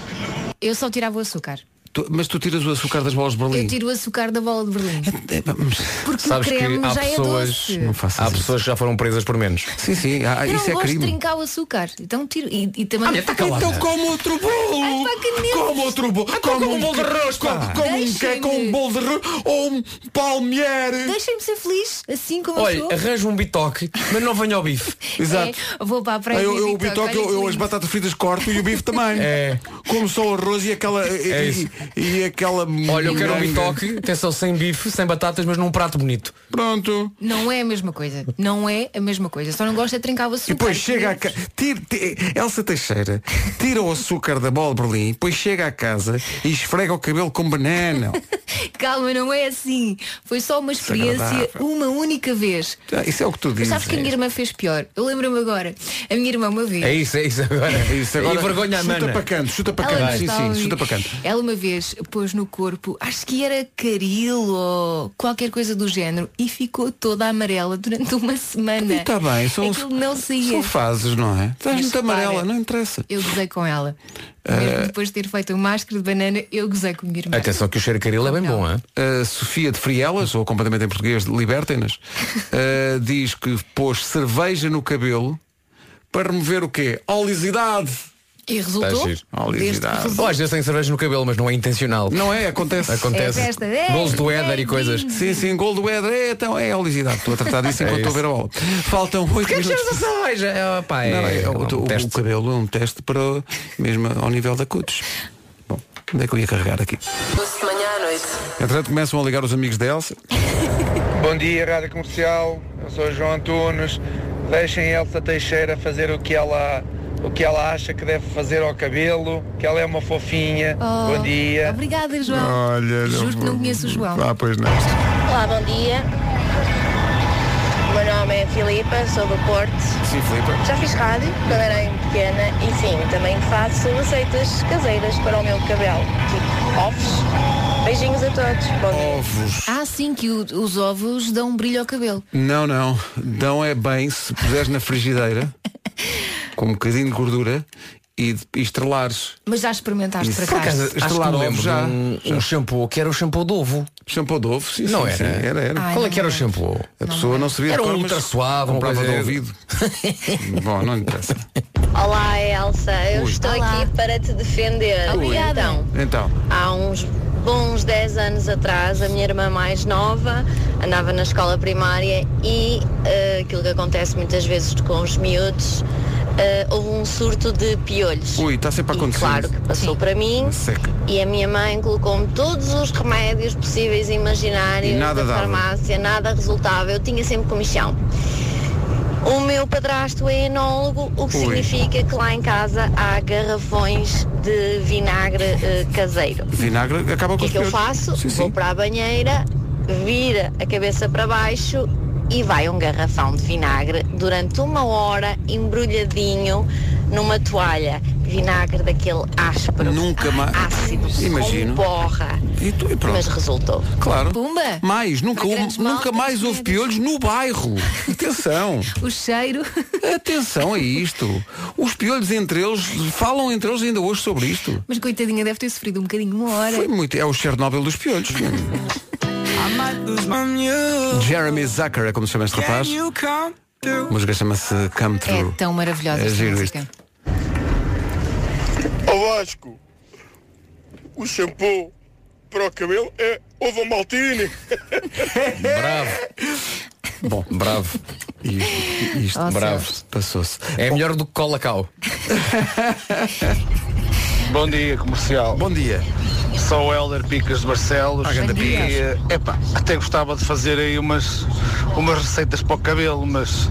Speaker 4: Eu só tirava o açúcar.
Speaker 2: Tu- mas tu tiras o açúcar das bolas de Berlim?
Speaker 4: Eu tiro o açúcar da bola de Berlim.
Speaker 2: Eh, vamos-
Speaker 4: Porque
Speaker 5: Sabes
Speaker 4: o
Speaker 5: que
Speaker 4: creme
Speaker 5: há
Speaker 4: já é
Speaker 5: pessoas,
Speaker 4: doce.
Speaker 2: Não faças
Speaker 5: há
Speaker 2: isso.
Speaker 5: pessoas que já foram presas por menos.
Speaker 2: Sim, sim, ah,
Speaker 4: Eu não
Speaker 2: isso é
Speaker 4: gosto de
Speaker 2: crime.
Speaker 4: trincar o açúcar. Então tiro. E, e também.
Speaker 2: Então como outro bolo!
Speaker 4: Ai, pá, que Então nojo.
Speaker 2: como outro bolo! como um bolo de arroz! Como, como um queque,
Speaker 4: Deixem-me.
Speaker 2: com um bolo de arroz! Ou um palmieri!
Speaker 4: Deixem-me ser feliz, assim como eu
Speaker 5: Olha,
Speaker 4: sou.
Speaker 5: arranjo um bitoque, mas não venho ao bife.
Speaker 2: Exato.
Speaker 4: É, vou para a praia.
Speaker 2: Aí Ah, eu,
Speaker 4: ver
Speaker 2: eu, o
Speaker 4: TikTok,
Speaker 2: bitoque,
Speaker 4: olha assim,
Speaker 2: eu,
Speaker 4: que
Speaker 2: eu as
Speaker 4: lindo.
Speaker 2: batatas fritas corto e o bife também.
Speaker 5: É.
Speaker 2: Como só o arroz e aquela. E,
Speaker 5: É isso.
Speaker 2: e- e aquela.
Speaker 5: Olha, eu quero um
Speaker 2: moranga.
Speaker 5: bitoque, atenção, sem bife, sem batatas, mas num prato bonito.
Speaker 2: Pronto.
Speaker 4: Não é a mesma coisa. Não é a mesma coisa. Só não gosto é de trincar o açúcar.
Speaker 2: E depois chega a casa. Elsa Teixeira tira o açúcar da bola de Berlim, depois chega à casa e esfrega o cabelo com banana.
Speaker 4: Calma, não é assim. Foi só uma experiência
Speaker 2: Desagradável.
Speaker 4: uma única vez.
Speaker 2: Ah, Isso é o que tu
Speaker 4: Mas
Speaker 2: dizes.
Speaker 4: sabes que a minha irmã fez pior. Eu lembro-me agora. A minha irmã uma vez.
Speaker 5: É isso, é isso agora.
Speaker 2: É isso agora.
Speaker 5: E vergonha à
Speaker 2: chuta
Speaker 5: mana.
Speaker 2: para canto, chuta para
Speaker 4: Ela
Speaker 2: canto.
Speaker 4: não
Speaker 2: Sim,
Speaker 4: está a
Speaker 2: sim,
Speaker 4: ouvir.
Speaker 2: chuta para canto.
Speaker 4: Ela uma vez pôs no corpo, acho que era caril ou qualquer coisa do género, e ficou toda amarela durante uma semana.
Speaker 2: Está tá bem, um são,
Speaker 4: Aquilo não saía.
Speaker 2: são fases, não é? Estás
Speaker 4: Mas
Speaker 2: muito
Speaker 4: repara,
Speaker 2: amarela, não interessa.
Speaker 4: Eu gozei com ela.
Speaker 2: Eh,
Speaker 4: Mesmo depois de ter feito o máscara de banana, eu gozei com a minha irmã.
Speaker 5: Atenção que o cheiro a caril é bem bom, hein?
Speaker 2: A Uh, Sofia de Frielas, ou completamente em português, de libertem-nas, uh, diz que pôs cerveja no cabelo para remover o quê? Oleosidade!
Speaker 4: E
Speaker 2: tá
Speaker 4: resultou.
Speaker 5: Está giro.
Speaker 4: Desde que
Speaker 2: Oleosidade.
Speaker 4: resultou.
Speaker 5: Oh, às vezes tem cerveja no cabelo, mas não é intencional.
Speaker 2: Não é? Acontece.
Speaker 5: Acontece.
Speaker 4: É festa, é,
Speaker 5: Bolos do
Speaker 4: é
Speaker 5: éder e coisas.
Speaker 4: lindo.
Speaker 2: Sim, sim, gol do Éder. É, então, é a oleosidade. Estou a tratar disso
Speaker 5: É
Speaker 2: enquanto estou a ver a bola. Faltam oito
Speaker 4: é
Speaker 5: Que
Speaker 2: minutos.
Speaker 5: cheiras
Speaker 4: assim?
Speaker 5: a cerveja? É, pá, é,
Speaker 2: Não, é,
Speaker 5: é
Speaker 2: o,
Speaker 5: um
Speaker 2: o- o
Speaker 5: teste.
Speaker 2: cabelo é um teste para o- mesmo ao nível da cutis. Bom, onde é que eu ia carregar aqui? Entretanto começam a ligar os amigos da Elsa.
Speaker 11: Bom dia, Rádio Comercial. Eu sou o João Antunes. Deixem Elsa Teixeira fazer o que ela, o que ela acha que deve fazer ao cabelo, que ela é uma fofinha.
Speaker 4: Oh,
Speaker 11: Bom dia.
Speaker 4: Obrigada, João. Juro que não conheço o João.
Speaker 2: Ah, pois não.
Speaker 8: Olá, bom dia. O meu nome é Filipa, sou do Porto.
Speaker 2: Sim, Filipe.
Speaker 8: Já fiz rádio quando era em pequena e sim, também faço receitas caseiras para o meu cabelo, tipo ovos. Beijinhos a todos. Bom dia.
Speaker 2: Ovos.
Speaker 4: Ah, sim, que o- os ovos dão um brilho ao cabelo.
Speaker 2: Não, não. Dão é bem se puseres na frigideira com um bocadinho de gordura e, e estrelares.
Speaker 4: Mas já experimentaste
Speaker 2: Isso.
Speaker 4: para
Speaker 2: Por
Speaker 4: cá.
Speaker 2: acaso-
Speaker 5: Acho que
Speaker 2: Estelar
Speaker 5: me
Speaker 2: ovo
Speaker 5: lembro
Speaker 2: já.
Speaker 5: de um, um shampoo que era o shampoo de ovo.
Speaker 2: Shampoo de ovo, sim,
Speaker 5: Não
Speaker 2: sim,
Speaker 5: era?
Speaker 2: sim, era, era.
Speaker 4: Ai,
Speaker 5: Qual é
Speaker 4: não
Speaker 5: que era o
Speaker 4: me
Speaker 5: shampoo?
Speaker 2: A pessoa não sabia
Speaker 5: Era
Speaker 2: de
Speaker 5: um
Speaker 2: cor, mas
Speaker 5: ultra suave, uma
Speaker 2: comprava
Speaker 5: coisa
Speaker 2: do
Speaker 5: de-
Speaker 2: ouvido. Bom, não interessa.
Speaker 8: Olá Elsa, eu
Speaker 2: Ui.
Speaker 8: estou
Speaker 4: Olá.
Speaker 8: aqui para te defender.
Speaker 4: Obrigada.
Speaker 8: Então,
Speaker 2: Então,
Speaker 8: há uns bons 10 anos atrás, a minha irmã mais nova andava na escola primária e eh, aquilo que acontece muitas vezes com os miúdos eh, houve um surto de piolhos.
Speaker 2: Ui, está sempre a
Speaker 8: E
Speaker 2: acontecer.
Speaker 8: Claro que passou para mim
Speaker 2: Seca.
Speaker 8: e a minha mãe colocou-me todos os remédios possíveis e imaginários
Speaker 2: E nada
Speaker 8: da
Speaker 2: dava.
Speaker 8: farmácia, nada resultava. Eu tinha sempre comichão. O meu padrasto é enólogo, o que
Speaker 12: Ui.
Speaker 8: significa que lá em casa há garrafões de vinagre eh, caseiro.
Speaker 2: Vinagre acaba
Speaker 8: O que
Speaker 2: com
Speaker 8: é
Speaker 2: os
Speaker 8: que eu
Speaker 2: piolhos.
Speaker 8: faço?
Speaker 2: Sim,
Speaker 8: Vou
Speaker 2: sim.
Speaker 8: para a banheira, vira a cabeça para baixo e vai um garrafão de vinagre durante uma hora embrulhadinho numa toalha. Vinagre daquele áspero,
Speaker 2: Nunca mais.
Speaker 8: ácido,
Speaker 2: Imagino.
Speaker 8: com borra.
Speaker 2: E, tu, e pronto.
Speaker 8: Mas resultou.
Speaker 2: Claro.
Speaker 4: Pumba!
Speaker 2: Mais, nunca, houve- nunca mais houve piolhos no bairro. Atenção.
Speaker 4: O cheiro.
Speaker 2: Atenção a isto. Os piolhos entre eles falam entre eles ainda hoje sobre isto.
Speaker 4: Mas coitadinha, deve ter sofrido um bocadinho uma hora.
Speaker 2: Foi muito. É o Chernobyl dos piolhos. Jeremy Zucker é como se chama este rapaz. A música chama-se Come
Speaker 4: É
Speaker 2: Through.
Speaker 4: tão maravilhosa
Speaker 2: É
Speaker 4: esta
Speaker 2: giro
Speaker 4: música.
Speaker 13: Ó Vasco, o shampoo para o cabelo é ovo maltine.
Speaker 2: É. Bom, bravo. E,
Speaker 8: É.
Speaker 2: e isto,
Speaker 13: Oh,
Speaker 2: bravo. Passou-se. É melhor do que cola cal.
Speaker 14: Bom dia, comercial. Bom
Speaker 2: dia.
Speaker 14: Sou o Helder Picas de Barcelos.
Speaker 15: Ah, grande
Speaker 14: e,
Speaker 15: Picas.
Speaker 14: eh, epá, até gostava de fazer aí umas, umas receitas para o cabelo, mas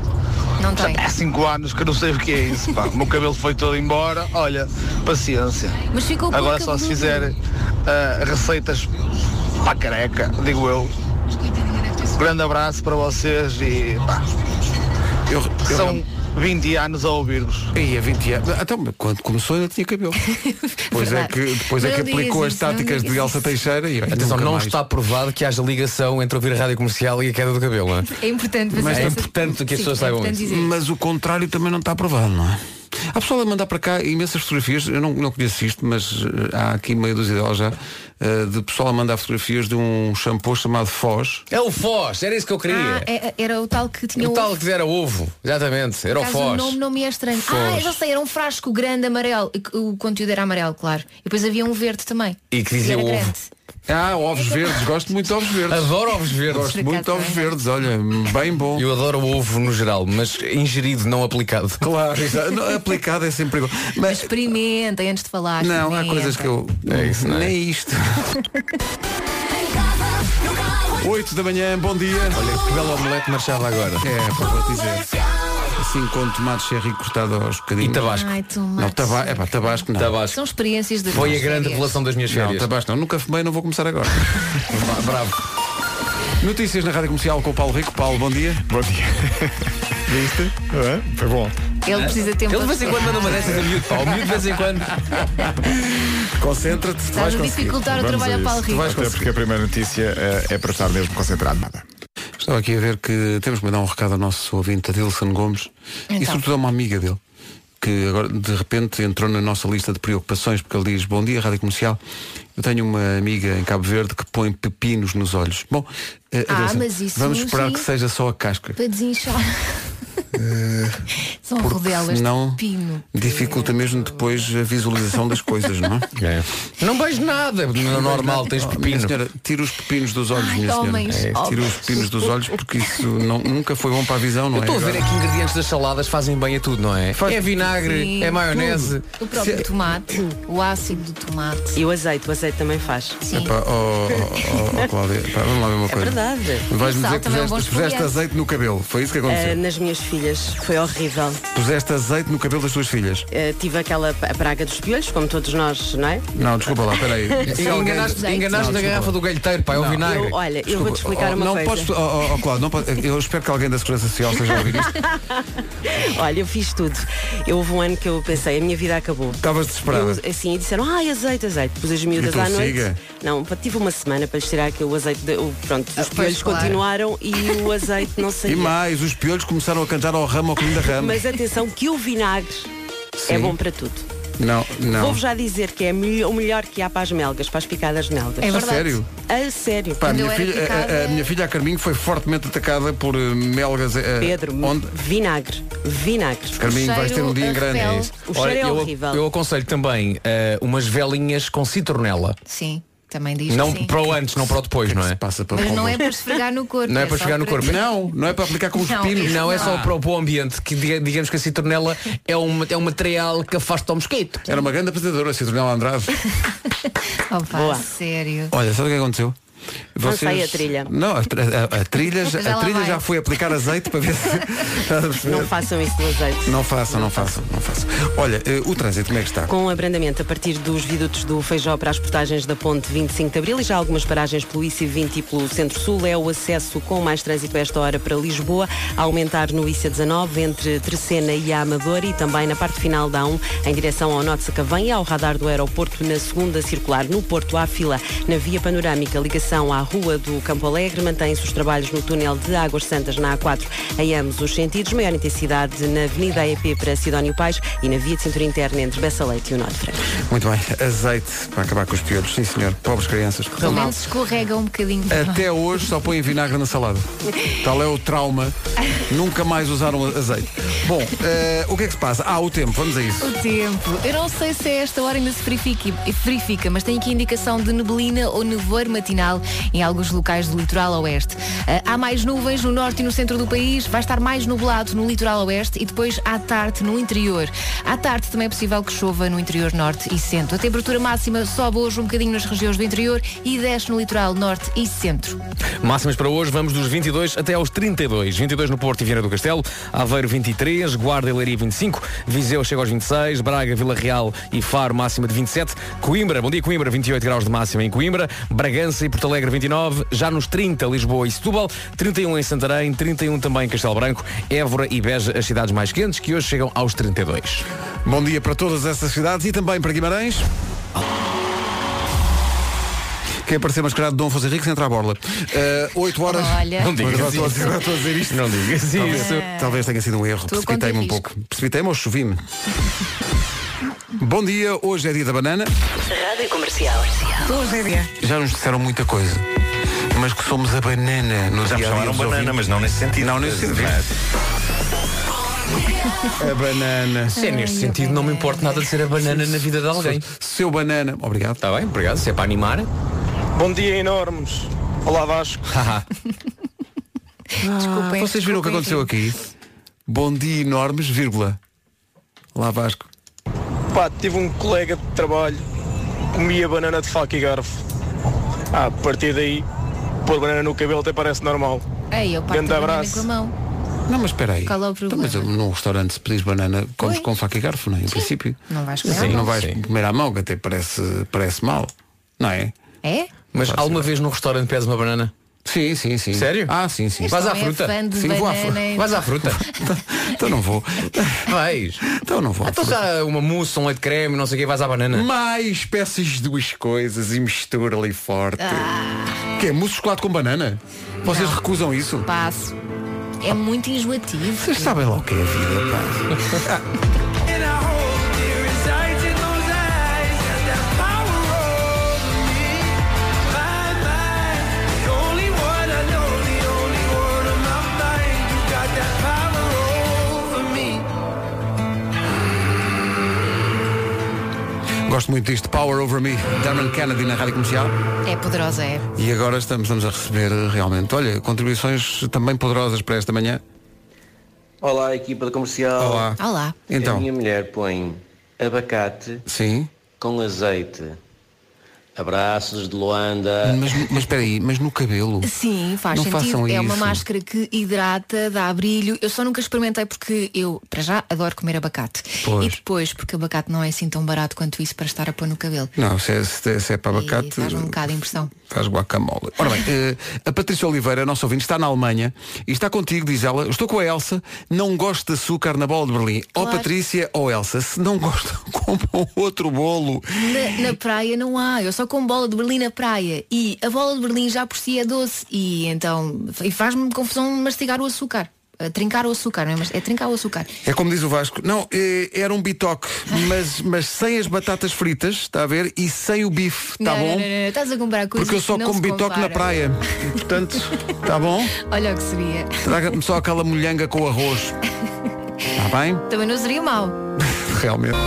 Speaker 4: não
Speaker 14: já há 5 anos que eu não sei o que é isso. Pá. o meu cabelo foi todo embora. Olha, paciência.
Speaker 4: Mas ficou um pouco
Speaker 14: Agora só se
Speaker 4: cabeludo.
Speaker 14: fizer ah, receitas para a careca, digo eu. Grande abraço para vocês e pá, são 20 anos a ouvir-vos.
Speaker 2: E há 20 anos. Então, mas quando começou ainda tinha cabelo. Depois é
Speaker 14: Verdade.
Speaker 2: que, depois é
Speaker 14: Não
Speaker 2: que
Speaker 14: digas
Speaker 2: aplicou as
Speaker 14: isso, não
Speaker 2: táticas de
Speaker 14: digas
Speaker 2: Elsa Teixeira e olha,
Speaker 5: Atenção,
Speaker 2: nunca
Speaker 5: não
Speaker 2: mais.
Speaker 5: está provado que haja ligação entre ouvir a rádio comercial e a queda do cabelo, não é?
Speaker 4: É importante fazer
Speaker 5: Mas é
Speaker 4: essa-
Speaker 5: importante que as
Speaker 4: Sim,
Speaker 5: pessoas
Speaker 4: é
Speaker 5: saibam
Speaker 4: importante
Speaker 5: isso.
Speaker 4: dizer
Speaker 2: Mas o contrário também não está aprovado, não é? Há pessoal a mandar para cá imensas fotografias, eu não, não conheço isto, mas eh, há aqui meia dúzia delas já, eh, de pessoal a mandar fotografias de um shampoo chamado Foz.
Speaker 5: É o Foz, era isso que eu queria.
Speaker 4: Ah, é- era o tal que tinha
Speaker 5: o
Speaker 4: ovo.
Speaker 5: tal que era ovo, exatamente, era o
Speaker 4: Caso o
Speaker 5: Foz.
Speaker 4: nome não me é estranho. Ah,
Speaker 5: Foz.
Speaker 4: eu já sei, era um frasco grande amarelo. e que O conteúdo era amarelo, claro. E depois havia um verde também.
Speaker 5: E que dizia
Speaker 4: era
Speaker 5: ovo.
Speaker 4: grande.
Speaker 2: Ah, ovos verdes, gosto muito de ovos verdes.
Speaker 5: Adoro ovos verdes.
Speaker 2: Gosto muito de ovos
Speaker 14: é.
Speaker 2: verdes, olha, bem bom.
Speaker 5: Eu adoro o ovo no geral, mas ingerido, não aplicado.
Speaker 2: Claro, exato. Não, aplicado é sempre igual. Mas
Speaker 4: Experimentem antes de falar.
Speaker 2: não, há coisas que eu. É isso,
Speaker 5: não é?
Speaker 2: Nem isto. 8 da manhã, bom dia. Olha, que belo omelete marchava agora. É, para vou dizer. Assim com tomate cherry cortado aos bocadinhos. E
Speaker 5: tabasco.
Speaker 4: Ai, tomate
Speaker 2: Não, taba é, pá, tabasco não.
Speaker 5: Tabasco.
Speaker 4: São experiências de
Speaker 5: Foi a grande revelação das minhas
Speaker 2: Não,
Speaker 5: férias.
Speaker 2: tabasco não. Nunca fumei, não vou começar agora.
Speaker 5: Bravo.
Speaker 2: Notícias na Rádio Comercial com o Paulo Rico. Paulo, bom dia. Bom dia. Viste? é?
Speaker 1: Foi bom.
Speaker 4: Ele precisa de tempo
Speaker 5: Ele de
Speaker 4: para
Speaker 5: vez em quando manda uma dessas a miúdo, pá. O miúdo de vez em quando.
Speaker 2: Concentra-te,
Speaker 4: Estás vais a conseguir. dificultar o
Speaker 1: Vamos
Speaker 4: trabalho
Speaker 1: a
Speaker 4: ao
Speaker 1: isso.
Speaker 4: Paulo Rico.
Speaker 1: Até porque a primeira notícia eh, é para estar mesmo concentrado. Nada.
Speaker 2: Estava aqui a ver que temos que mandar um recado ao nosso ouvinte, Adilson Gomes, e
Speaker 1: Então.
Speaker 2: sobretudo a uma amiga dele, que agora de repente entrou na nossa lista de preocupações, porque ele diz, bom dia, Rádio Comercial, eu tenho uma amiga em Cabo Verde que põe pepinos nos olhos. Bom, eh,
Speaker 4: Ah,
Speaker 2: Adilson,
Speaker 4: mas isso
Speaker 2: vamos esperar
Speaker 4: sim.
Speaker 2: que seja só a casca.
Speaker 4: Para desinchar.
Speaker 5: É,
Speaker 4: São
Speaker 2: porque
Speaker 4: rodelas
Speaker 2: senão-
Speaker 4: de pino.
Speaker 2: Dificulta mesmo depois a visualização das coisas, não é?
Speaker 5: Não vejo nada. Não é normal, tens
Speaker 2: Oh,
Speaker 5: pepino.
Speaker 2: minha senhora, tira os pepinos dos olhos,
Speaker 5: Ai,
Speaker 2: minha senhora.
Speaker 5: homens,
Speaker 2: É, tira
Speaker 5: homens.
Speaker 2: os pepinos dos olhos porque isso não- nunca foi bom para a visão, não
Speaker 5: Eu
Speaker 2: é?
Speaker 5: estou a ver
Speaker 2: Agora-
Speaker 5: é que ingredientes das saladas fazem bem a tudo, não é? É vinagre,
Speaker 4: Sim,
Speaker 5: é maionese.
Speaker 4: tudo. O próprio tomate, o ácido do tomate.
Speaker 16: E o azeite, o azeite também faz.
Speaker 4: Sim.
Speaker 2: Pá, oh, oh, oh, oh, Cláudia, pá, vamos lá ver uma
Speaker 16: É
Speaker 2: coisa.
Speaker 16: verdade.
Speaker 2: Vais-me
Speaker 16: O sal
Speaker 2: dizer que
Speaker 16: também é um bom
Speaker 2: puseste, puseste
Speaker 16: esfoliante.
Speaker 2: azeite no cabelo. Foi isso que
Speaker 16: Ah,
Speaker 2: aconteceu.
Speaker 16: nas minhas filhas foi horrível.
Speaker 2: Puseste azeite no cabelo das tuas filhas.
Speaker 16: Ah, tive aquela pa- praga dos piolhos, como todos nós, não é?
Speaker 2: Não, desculpa lá, peraí.
Speaker 5: Sim, enganaste-
Speaker 2: Não,
Speaker 5: enganaste na
Speaker 2: desculpa
Speaker 5: garrafa
Speaker 2: lá.
Speaker 5: do galheteiro, pá, é o
Speaker 2: Não.
Speaker 5: vinagre. Eu-
Speaker 16: olha, eu
Speaker 2: Desculpa,
Speaker 16: vou-te explicar
Speaker 2: oh,
Speaker 16: uma
Speaker 2: não
Speaker 16: coisa.
Speaker 2: Podes, oh, oh, oh, Cláudio, não pode- eu espero que alguém da Segurança Social seja a ouvir isto.
Speaker 16: Olha, eu fiz tudo. Eu houve um ano que eu pensei, a minha vida acabou.
Speaker 2: Estavas desesperada.
Speaker 16: Eu, assim, e disseram, ai, azeite, azeite. Pus as
Speaker 2: E
Speaker 16: miúdas
Speaker 2: tu
Speaker 16: à noite.
Speaker 2: siga?
Speaker 16: Não, pá, tive uma semana para lhes tirar aqui o azeite. de- o, pronto, os piolhos
Speaker 2: Ah, claro.
Speaker 16: continuaram e o azeite não saía.
Speaker 2: E mais, os piolhos começaram a cantar ao ramo ao colinho da rama.
Speaker 16: Mas atenção, que o vinagre
Speaker 2: Sim.
Speaker 16: é bom para tudo.
Speaker 2: Não, não.
Speaker 16: Vou-vos já dizer que é a melho- o melhor que há para as melgas, para as picadas de melgas.
Speaker 2: É A verdade. sério?
Speaker 16: A sério.
Speaker 2: Pá, a, minha filha, a- a, a minha filha, a Carminho, foi fortemente atacada por eh, melgas. eh,
Speaker 16: Pedro,
Speaker 2: onde?
Speaker 16: vinagre. Vinagre.
Speaker 2: Carminho, vais ter um dia em grande.
Speaker 16: O cheiro é horrível.
Speaker 5: Eu aconselho também eh, umas velinhas com citronela.
Speaker 4: Sim. Também diz
Speaker 5: Não
Speaker 4: que sim.
Speaker 5: para o antes, não para o depois, não é?
Speaker 4: Mas não é por esfregar no corpo.
Speaker 5: Não é para
Speaker 4: só
Speaker 5: chegar no corpo.
Speaker 2: Não, não é para aplicar
Speaker 4: com os Não, pinos. isso
Speaker 5: Não, é
Speaker 4: não.
Speaker 5: só para o bom ambiente, que diga- digamos que a citronela é um, é um material que afasta o mosquito.
Speaker 2: Era uma grande apresentadora, a Citronela Andrade.
Speaker 4: Opa,
Speaker 2: Boa.
Speaker 4: sério.
Speaker 2: Olha, sabe o que aconteceu?
Speaker 4: Lancei a trilha.
Speaker 2: Não, a, a- a- a trilha,
Speaker 4: Mas
Speaker 2: já- a
Speaker 4: ela
Speaker 2: trilha
Speaker 4: vai.
Speaker 2: já foi aplicar azeite para ver se. Estás a perceber?
Speaker 16: Não façam isso com azeite.
Speaker 2: Não façam, não façam, não façam. Olha, eh, o trânsito, como é que está?
Speaker 16: Com o abrandamento a partir dos viadutos do Feijó para as portagens da Ponte 25 de Abril e já algumas paragens pelo IC20 e pelo Centro-Sul, é o acesso com mais trânsito a esta hora para Lisboa, a aumentar no IC19 entre Tercena e a Amadora e também na parte final da A1 em direção ao Norte de Sacavém e ao radar do aeroporto na segunda circular no Porto à fila. Na via panorâmica, ligação à Rua do Campo Alegre, mantém-se os trabalhos no túnel de Águas Santas na A4 em ambos os sentidos, maior intensidade na Avenida AEP para Sidónio Pais e na via de cintura interna entre Bessa Leite e o Norte Franco.
Speaker 2: Muito bem, azeite para acabar com os piolhos, sim senhor. Pobres crianças.
Speaker 4: Pelo menos escorrega um bocadinho.
Speaker 2: Até hoje só põem vinagre na salada. Tal é o trauma. Nunca mais usaram azeite. Bom, eh, o que é que se passa? Ah, o tempo, vamos a isso.
Speaker 4: O tempo. Eu não sei se a esta hora ainda se verifica, verifica, mas tem aqui indicação de neblina ou nevoeiro matinal em alguns locais do litoral oeste. Ah, Há mais nuvens no norte e no centro do país, vai estar mais nublado no litoral oeste e depois à tarde no interior. À tarde também é possível que chova no interior norte e centro. A temperatura máxima sobe hoje um bocadinho nas regiões do interior e desce no litoral norte e centro.
Speaker 5: Máximas para hoje, vamos dos 22 até aos 32. 22 no Porto e Viana do Castelo, Aveiro 23, Guarda e Leiria 25, Viseu chega aos 26, Braga, Vila Real e Faro máxima de 27, Coimbra, bom dia Coimbra, 28 graus de máxima em Coimbra, Bragança e Porto Alegre 29, já nos 30 Lisboa e Setúbal, 31 em Santarém, 31 também em Castelo Branco, Évora e Beja, as cidades mais quentes que hoje chegam aos 32.
Speaker 2: Bom dia para todas essas cidades e também para Guimarães. Quem aparecer mascarado de Dom Afonso Henriques entra à borla. Eh, Oito 8 horas.
Speaker 4: Olha. Não
Speaker 2: Mas
Speaker 4: digas
Speaker 2: eu estou a dizer-
Speaker 4: isso.
Speaker 2: eu estou a dizer isto.
Speaker 5: Não digas
Speaker 2: talvez,
Speaker 5: isso.
Speaker 2: Talvez tenha sido um erro.
Speaker 4: Estou a
Speaker 2: Precipitei-me um
Speaker 4: contra
Speaker 2: pouco. Precipitei-me ou chovi-me? Bom dia, hoje é dia da banana.
Speaker 12: Rádio Comercial.
Speaker 4: Hoje é
Speaker 10: Ah.
Speaker 4: dia.
Speaker 2: Já nos disseram muita coisa. Mas que somos a banana no
Speaker 15: Já me
Speaker 2: dia a dia
Speaker 15: chamaram
Speaker 2: dos
Speaker 15: banana,
Speaker 2: ouvintes.
Speaker 15: mas não nesse sentido. é?
Speaker 2: Não nesse sentido. A banana.
Speaker 5: Se é neste sentido, não me importa nada de ser a banana na vida de alguém.
Speaker 2: Seu banana. Obrigado.
Speaker 5: Está bem, obrigado. Se é para animar.
Speaker 10: Bom dia, enormes. Olá, Vasco.
Speaker 2: Desculpem, vocês viram o que aconteceu aqui? Bom dia, enormes, vírgula. Lá Vasco.
Speaker 10: Pá, tive um colega de trabalho que comia banana de faca e garfo. Ah, a partir daí, pôr banana no cabelo até parece normal.
Speaker 4: Ei, eu parto
Speaker 10: Grande
Speaker 4: da banana
Speaker 10: abraço.
Speaker 4: com a mão.
Speaker 2: Não, mas espera aí.
Speaker 4: Qual é o
Speaker 2: Então,
Speaker 4: problema?
Speaker 2: Mas num restaurante, se pedires banana, comes com faca e garfo, não é? Em princípio.
Speaker 4: Não vais comer
Speaker 2: Sim,
Speaker 4: à
Speaker 2: não
Speaker 4: mão.
Speaker 2: vais comer à mão, que até parece, parece mal. Não é?
Speaker 4: É?
Speaker 5: Mas alguma vez num restaurante pedes uma banana?
Speaker 2: Sim, sim, sim.
Speaker 5: Sério?
Speaker 2: Ah, sim, sim.
Speaker 5: Este Vais à homem é fruta? fã de
Speaker 2: Sim, vou à
Speaker 5: banana
Speaker 2: fruta.
Speaker 5: e- Vais à fruta?
Speaker 2: então não vou.
Speaker 5: Vais.
Speaker 2: Então não vou. à
Speaker 5: Então
Speaker 2: fruta.
Speaker 5: já uma mousse, um leite de creme, não sei o que, vais à banana.
Speaker 2: Mais peças duas coisas e mistura ali forte.
Speaker 4: Ah.
Speaker 2: Que é mousse de chocolate com banana? Vocês recusam isso?
Speaker 4: Passo. É muito enjoativo.
Speaker 2: Vocês sabem lá o que é a vida, pá. Gosto muito disto. Power Over Me, Darman Kennedy na Rádio Comercial.
Speaker 4: É poderosa, é.
Speaker 2: E agora estamos, estamos a receber eh, realmente, olha, contribuições também poderosas para esta manhã.
Speaker 17: Olá, equipa da comercial.
Speaker 2: Olá.
Speaker 4: Olá.
Speaker 2: Então.
Speaker 17: É A minha mulher põe abacate
Speaker 2: Sim.
Speaker 17: com azeite. Abraços de Luanda.
Speaker 2: Mas, mas espera aí, mas no cabelo.
Speaker 4: Sim, faz
Speaker 2: Não
Speaker 4: sentido.
Speaker 2: façam
Speaker 4: É uma
Speaker 2: isso.
Speaker 4: máscara que hidrata, dá brilho. Eu só nunca experimentei porque eu, para já, adoro comer abacate.
Speaker 2: Pois.
Speaker 4: E depois, porque abacate não é assim tão barato quanto isso para estar a pôr no cabelo.
Speaker 2: Não, se é, se é- se é para abacate,
Speaker 4: E faz um bocado de impressão.
Speaker 2: faz guacamole. Ora bem, eh, a Patrícia Oliveira, nossa ouvinte, está na Alemanha e está contigo, diz ela, estou com a Elsa, não gosto de açúcar na bola de Berlim. Ou
Speaker 4: Claro.
Speaker 2: Patrícia ou Elsa, se não gostam, compram outro bolo.
Speaker 4: Na, na praia não há, eu só como bola de Berlim na praia e a bola de Berlim já por si é doce e então e faz-me confusão mastigar o açúcar, a trincar o açúcar, não é? Mas é trincar o açúcar.
Speaker 2: É como diz o Vasco, não, eh, era um bitoque, mas, mas sem as batatas fritas, está a ver, e sem o bife, está
Speaker 4: não,
Speaker 2: Tá bom?
Speaker 4: não, não, não, estás a comprar coisas
Speaker 2: Porque eu só
Speaker 4: que não
Speaker 2: como
Speaker 4: se
Speaker 2: bitoque na
Speaker 4: comparam.
Speaker 2: praia. E, portanto, está bom?
Speaker 4: Olha o que seria.
Speaker 2: Traga-me só aquela molhanga com arroz. Está bem?
Speaker 4: Também não seria mau.
Speaker 2: Realmente.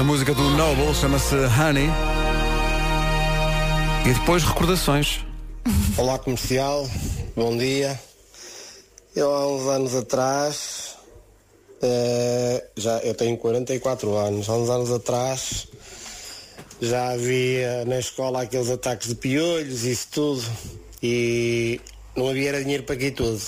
Speaker 2: A música do Noble chama-se Honey. E depois recordações.
Speaker 12: Olá comercial, bom dia. Eu há uns anos atrás, eh, já eu tenho 44 anos, há uns anos atrás já havia na escola aqueles ataques de piolhos, isso tudo, e não havia era dinheiro para aqui tudo.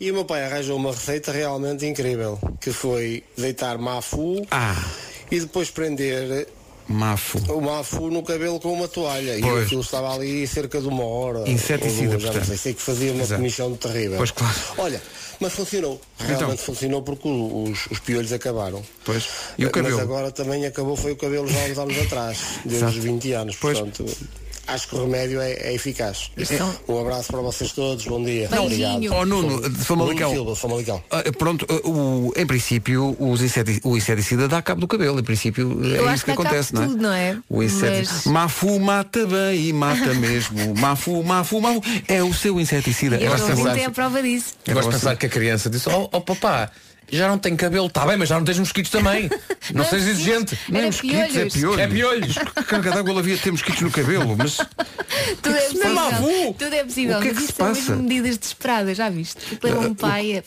Speaker 12: E o meu pai arranjou uma receita realmente incrível, que foi deitar mafu
Speaker 10: Ah.
Speaker 12: e depois prender
Speaker 2: Ah, Mafo.
Speaker 12: o mafu no cabelo com uma toalha.
Speaker 2: Pois.
Speaker 12: E aquilo estava ali cerca de uma hora.
Speaker 2: Inseticida,
Speaker 12: ou duas, já não
Speaker 2: portanto.
Speaker 12: sei, sei que fazia uma
Speaker 2: Exato.
Speaker 12: comissão terrível.
Speaker 2: Pois, claro.
Speaker 12: Olha, mas funcionou.
Speaker 2: Então.
Speaker 12: Realmente funcionou porque o- os, os piolhos acabaram.
Speaker 2: Pois. E o
Speaker 12: Mas
Speaker 2: cabelo?
Speaker 12: agora também acabou, foi o cabelo já há uns anos atrás, desde os
Speaker 2: Exato.
Speaker 12: 20 anos.
Speaker 2: Pois.
Speaker 12: Portanto, acho que o remédio é, é eficaz.
Speaker 2: Então-
Speaker 12: Um abraço para vocês todos, bom dia.
Speaker 2: Não,
Speaker 12: Obrigado.
Speaker 2: Ó Nuno, de Famalicão.
Speaker 12: Nuno Silva, Famalicão.
Speaker 2: Ah, pronto, ah, o, em princípio os inseti- o inseticida dá cabo do cabelo, em princípio é
Speaker 4: Eu
Speaker 2: isso que
Speaker 4: acho que, acaba
Speaker 2: acontece, não é?
Speaker 4: tudo, não é?
Speaker 2: O inseticida.
Speaker 4: Mas-
Speaker 2: Mafu mata bem e mata mesmo. Mafu, mafu, mafu. É o seu inseticida.
Speaker 4: Eu
Speaker 2: É o
Speaker 4: não
Speaker 2: seu
Speaker 4: muito é a
Speaker 2: inseticida.
Speaker 4: prova disso.
Speaker 5: Eu gosto de pensar que a criança disse, oh, oh papá, já não tenho cabelo, está bem, mas já não tens mosquitos também.
Speaker 4: Não
Speaker 5: Não,
Speaker 4: é mosquitos,
Speaker 5: sejas exigente.
Speaker 4: Não é era mosquitos, é piolhos. piolhos.
Speaker 5: É piolhos.
Speaker 2: Que na d'água havia ter mosquitos no cabelo, mas
Speaker 4: Tudo é
Speaker 2: Não é
Speaker 4: possível.
Speaker 2: mavu.
Speaker 4: Tudo é possível.
Speaker 2: O que é
Speaker 4: mas
Speaker 2: que se
Speaker 4: isso são
Speaker 2: passa?
Speaker 4: mesmo medidas desesperadas, já viste? Leva um pai é-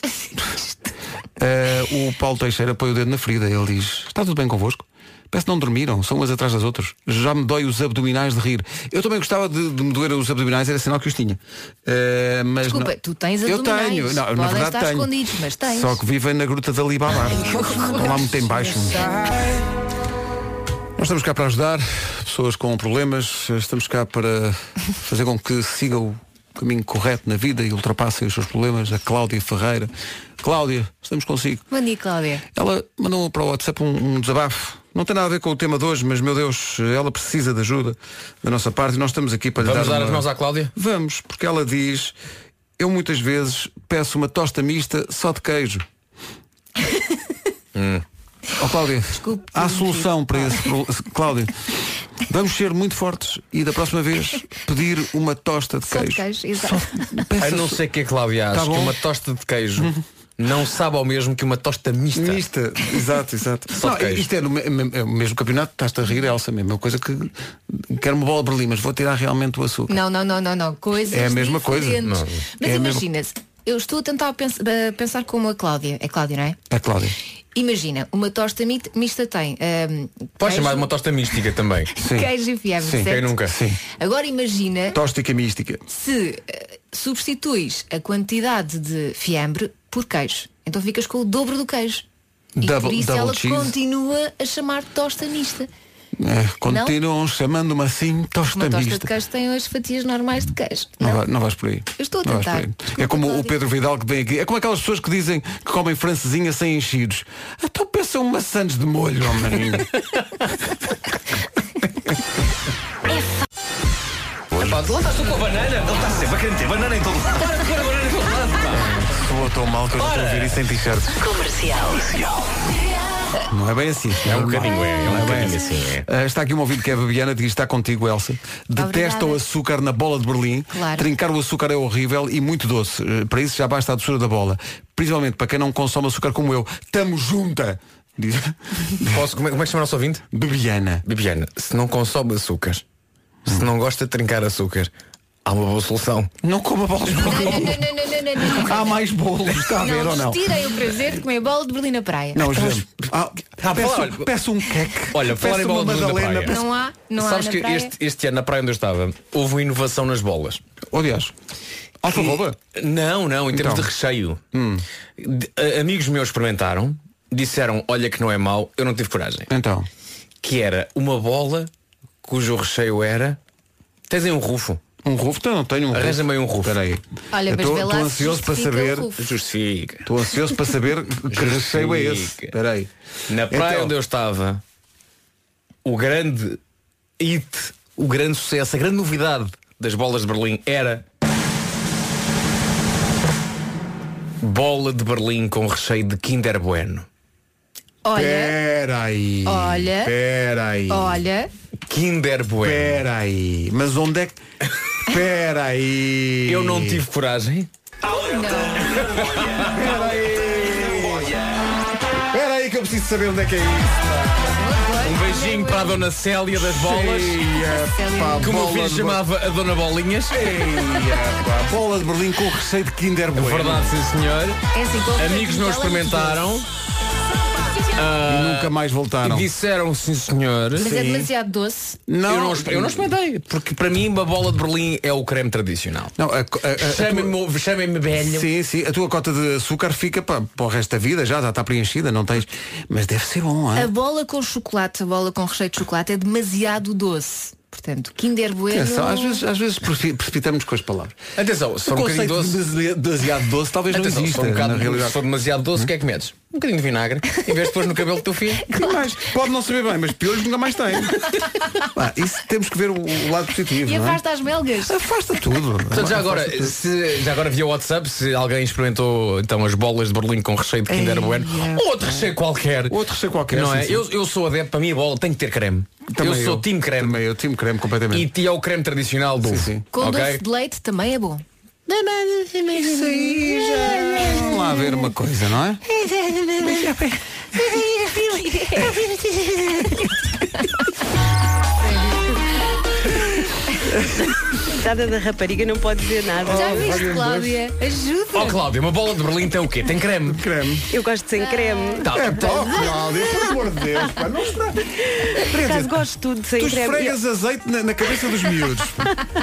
Speaker 2: ah, o Paulo Teixeira põe o dedo na ferida. Ele diz, está tudo bem convosco? Parece que não dormiram, são umas atrás das outras. Já me dói os abdominais de rir. Eu também gostava de, de me doer os abdominais, era sinal que os tinha. Ah, mas
Speaker 4: Desculpa,
Speaker 2: não-
Speaker 4: tu tens
Speaker 2: Eu
Speaker 4: abdominais.
Speaker 2: tenho, não,
Speaker 4: Podem
Speaker 2: na verdade
Speaker 4: estar
Speaker 2: tenho.
Speaker 4: escondidos, mas tens.
Speaker 2: Só que vivem na gruta de Alibaba. Estão lá muito em baixo. Nós estamos cá para ajudar pessoas com problemas, estamos cá para fazer com que sigam o caminho correto na vida e ultrapassem os seus problemas. A Cláudia Ferreira. Cláudia, estamos consigo.
Speaker 4: Bom dia, Cláudia.
Speaker 2: Ela mandou para o WhatsApp um, um desabafo. Não tem nada a ver com o tema de hoje, mas meu Deus, ela precisa de ajuda da nossa parte e nós estamos aqui para lhe
Speaker 5: Vamos
Speaker 2: dar
Speaker 5: dar
Speaker 2: uma...
Speaker 5: as mãos à Cláudia?
Speaker 2: Vamos, porque ela diz, eu muitas vezes peço uma tosta mista só de queijo.
Speaker 5: Hum.
Speaker 2: Ó Cláudia, há solução para esse problema. Cláudia, vamos ser muito fortes e da próxima vez pedir uma tosta de
Speaker 4: Só de
Speaker 2: queijo.
Speaker 4: queijo, exato.
Speaker 5: A não ser que a Cláudia
Speaker 2: Tá
Speaker 5: acha que
Speaker 2: bom.
Speaker 5: uma tosta de queijo não sabe ao mesmo que uma tosta mista.
Speaker 2: Mista, exato, exato.
Speaker 5: Só de
Speaker 2: Não,
Speaker 5: queijo.
Speaker 2: isto é no me- me- é o mesmo campeonato, estás-te a rir, Elsa, a mesma coisa que quero uma bola de berlim, mas vou tirar realmente o açúcar.
Speaker 4: Não, não, não, não, não. Coisas
Speaker 2: É a mesma coisa.
Speaker 4: diferentes.
Speaker 2: Não.
Speaker 4: Mas
Speaker 2: É a mesma-
Speaker 4: imagina-se, eu estou a tentar pens- a pensar como a Cláudia. É Cláudia, não é?
Speaker 2: É Cláudia.
Speaker 4: Imagina, uma tosta mi- mista tem. ahm,
Speaker 5: Pode
Speaker 4: queijo,
Speaker 5: chamar de uma tosta mística também.
Speaker 4: Queijo e fiambre, certo?
Speaker 5: Quem nunca?
Speaker 4: Agora imagina
Speaker 2: Tóstica mística.
Speaker 4: se eh, substituis a quantidade de fiambre por queijo. Então ficas com o dobro do queijo. E
Speaker 2: Double-
Speaker 4: por isso
Speaker 2: double
Speaker 4: ela
Speaker 2: cheese.
Speaker 4: continua a chamar tosta mista.
Speaker 2: É, continuam chamando-me assim
Speaker 4: Uma
Speaker 2: tosta
Speaker 4: tosta de
Speaker 2: mista.
Speaker 4: queijo tem as fatias normais de queijo. é?
Speaker 2: Não, vai- não vais por aí.
Speaker 4: Eu estou a
Speaker 2: Não vais
Speaker 4: tentar.
Speaker 2: por aí. É como o Pedro Vidal que vem aqui. É como aquelas pessoas que dizem que comem francesinha sem enchidos. Então pensam maçãs de molho, homem.
Speaker 5: Epá, tu lançaste com a banana? Ele está sempre a querer ter banana em todo lado. Para de pôr a banana em todo lado, pá.
Speaker 2: Soa tão mal que eu já estou a ouvir isso em t-shirt.
Speaker 3: Comercial.
Speaker 2: Não é bem assim. É um bocadinho, é, um bocadinho assim. está aqui um ouvido que é a Bibiana, diz está contigo, Elsa. Detesta
Speaker 4: Obrigada.
Speaker 2: o açúcar na bola de Berlim.
Speaker 4: Claro.
Speaker 2: Trincar o açúcar é horrível e muito doce. Eh, Para isso já basta a doçura da bola. Principalmente para quem não consome açúcar como eu. Tamo junta! Diz
Speaker 5: Posso, como, é, como é que chama o nosso ouvinte?
Speaker 2: Bibiana.
Speaker 5: Bibiana, se não consome açúcar, se não gosta de trincar açúcar, há uma boa solução.
Speaker 2: Não coma bolas de
Speaker 4: Não, não, não, não, não, não, não.
Speaker 2: Há mais bolos, está a ver ou não?
Speaker 4: Tirem o prazer de comer bolo de Berlim na praia.
Speaker 2: Não, José. Ah, peço,
Speaker 5: olha-
Speaker 2: peço um queque.
Speaker 5: Olha, falar em
Speaker 2: peço uma
Speaker 5: bola de Berlim na
Speaker 2: madalena.
Speaker 5: praia.
Speaker 2: peço-
Speaker 4: Não há, não
Speaker 5: Sabes
Speaker 4: há
Speaker 5: que
Speaker 4: na praia.
Speaker 5: este, este ano na praia onde eu estava houve uma inovação nas bolas.
Speaker 2: Aliás. um Alfarroba?
Speaker 5: Não, não, em
Speaker 2: Ah,
Speaker 5: termos
Speaker 2: Então.
Speaker 5: de recheio. De- a- amigos meus experimentaram, disseram, olha que não é mau, eu não tive coragem.
Speaker 2: Então.
Speaker 5: Que era uma bola cujo recheio era. Tens aí um rufo.
Speaker 2: Um rufo? Então, não tenho um rufo.
Speaker 5: Arranja-me aí um rufo.
Speaker 2: Peraí.
Speaker 4: Olha, mas vê
Speaker 2: Estou
Speaker 4: lá se
Speaker 2: ansioso para
Speaker 4: justifica
Speaker 2: saber.
Speaker 4: o rufo.
Speaker 5: Justifica.
Speaker 2: Estou ansioso para saber que recheio é esse.
Speaker 5: Justifica.
Speaker 2: Espera aí.
Speaker 5: Na praia
Speaker 2: Então.
Speaker 5: onde eu estava, o grande hit, o grande sucesso, a grande novidade das bolas de Berlim era bola de Berlim com recheio de Kinder Bueno.
Speaker 4: Olha,
Speaker 2: Espera aí.
Speaker 4: Olha.
Speaker 2: Espera aí.
Speaker 4: olha,
Speaker 5: Kinder Bueno.
Speaker 2: Espera aí. Mas onde é que... Espera aí.
Speaker 5: Eu não tive coragem.
Speaker 4: não.
Speaker 2: Espera aí que eu preciso preciso saber onde é que é isso.
Speaker 5: Um beijinho para a Dona Célia das Bolas.
Speaker 2: pá,
Speaker 5: que o meu
Speaker 2: bola
Speaker 5: filho
Speaker 2: de-
Speaker 5: chamava a Dona Bolinhas.
Speaker 2: pá, bola de Berlim com recheio de Kinder Bueno.
Speaker 5: É Verdade, sim senhor.
Speaker 4: É assim, com
Speaker 5: Amigos não
Speaker 4: ela
Speaker 5: experimentaram. Ah,
Speaker 2: Nunca mais voltaram.
Speaker 5: e disseram sim senhor.
Speaker 4: Mas é demasiado doce.
Speaker 5: Eu, não, exper- eu não experimentei, porque para mim uma bola de Berlim é o creme tradicional.
Speaker 2: Não, a- a- a- a-
Speaker 5: Chamem-me chamem velho.
Speaker 2: Sim, sim. A tua cota de açúcar fica para, para o resto da vida, já, já está preenchida, não tens. Mas deve ser bom,
Speaker 4: A
Speaker 2: hein?
Speaker 4: bola com chocolate, a bola com recheio de chocolate é demasiado doce. Portanto, Kinder Bueno.
Speaker 2: Atenção, É às vezes, às vezes preci- precipitamos com as palavras.
Speaker 5: Atenção, se for
Speaker 2: O
Speaker 5: um bocadinho
Speaker 2: conceito
Speaker 5: doce.
Speaker 2: de dese- demasiado doce talvez não
Speaker 5: Atenção, se
Speaker 2: exista.
Speaker 5: for, um
Speaker 2: na
Speaker 5: bocado,
Speaker 2: realidade.
Speaker 5: se for demasiado doce, o que é que medes? Um bocadinho de vinagre, em vez de pôr no cabelo do teu filho.
Speaker 2: Tem mais. Pode não saber bem, mas piolhos nunca mais tem. Pá, isso temos que ver o, o lado positivo.
Speaker 4: E
Speaker 2: não é?
Speaker 4: afasta as melgas.
Speaker 2: Afasta tudo.
Speaker 5: Portanto,
Speaker 2: Afasta
Speaker 5: já agora, eh,
Speaker 2: tudo.
Speaker 5: se, já agora via WhatsApp, se alguém experimentou então as bolas de Berlim com recheio de Kinder
Speaker 2: Ei,
Speaker 5: Bueno,
Speaker 2: é.
Speaker 5: ou outro recheio qualquer.
Speaker 2: Outro recheio qualquer.
Speaker 5: Não
Speaker 2: sim,
Speaker 5: é?
Speaker 2: sim.
Speaker 5: Eu, eu sou adepto, para mim a bola tem que ter creme.
Speaker 2: Também
Speaker 5: eu sou
Speaker 2: eu.
Speaker 5: time creme.
Speaker 2: Também É eu, time creme
Speaker 5: E
Speaker 2: completamente.
Speaker 5: ti é o creme tradicional do.
Speaker 4: Com
Speaker 5: ok?
Speaker 4: doce de leite também é bom.
Speaker 2: Isso aí já. Vamos lá ver uma coisa, não é?
Speaker 16: Coitada da rapariga não pode dizer nada.
Speaker 2: Oh,
Speaker 4: Já viste, Cláudia? Ajuda.
Speaker 5: Ó Cláudia, Oh, uma bola de Berlim tem o quê? Tem creme.
Speaker 2: Creme.
Speaker 16: Eu gosto de sem creme.
Speaker 5: Tá.
Speaker 2: É pá, Cláudia, pelo amor de Deus, pá, não está.
Speaker 16: Por acaso gosto tudo de sem
Speaker 2: Tu
Speaker 16: creme.
Speaker 2: esfregas azeite na, na cabeça dos miúdos.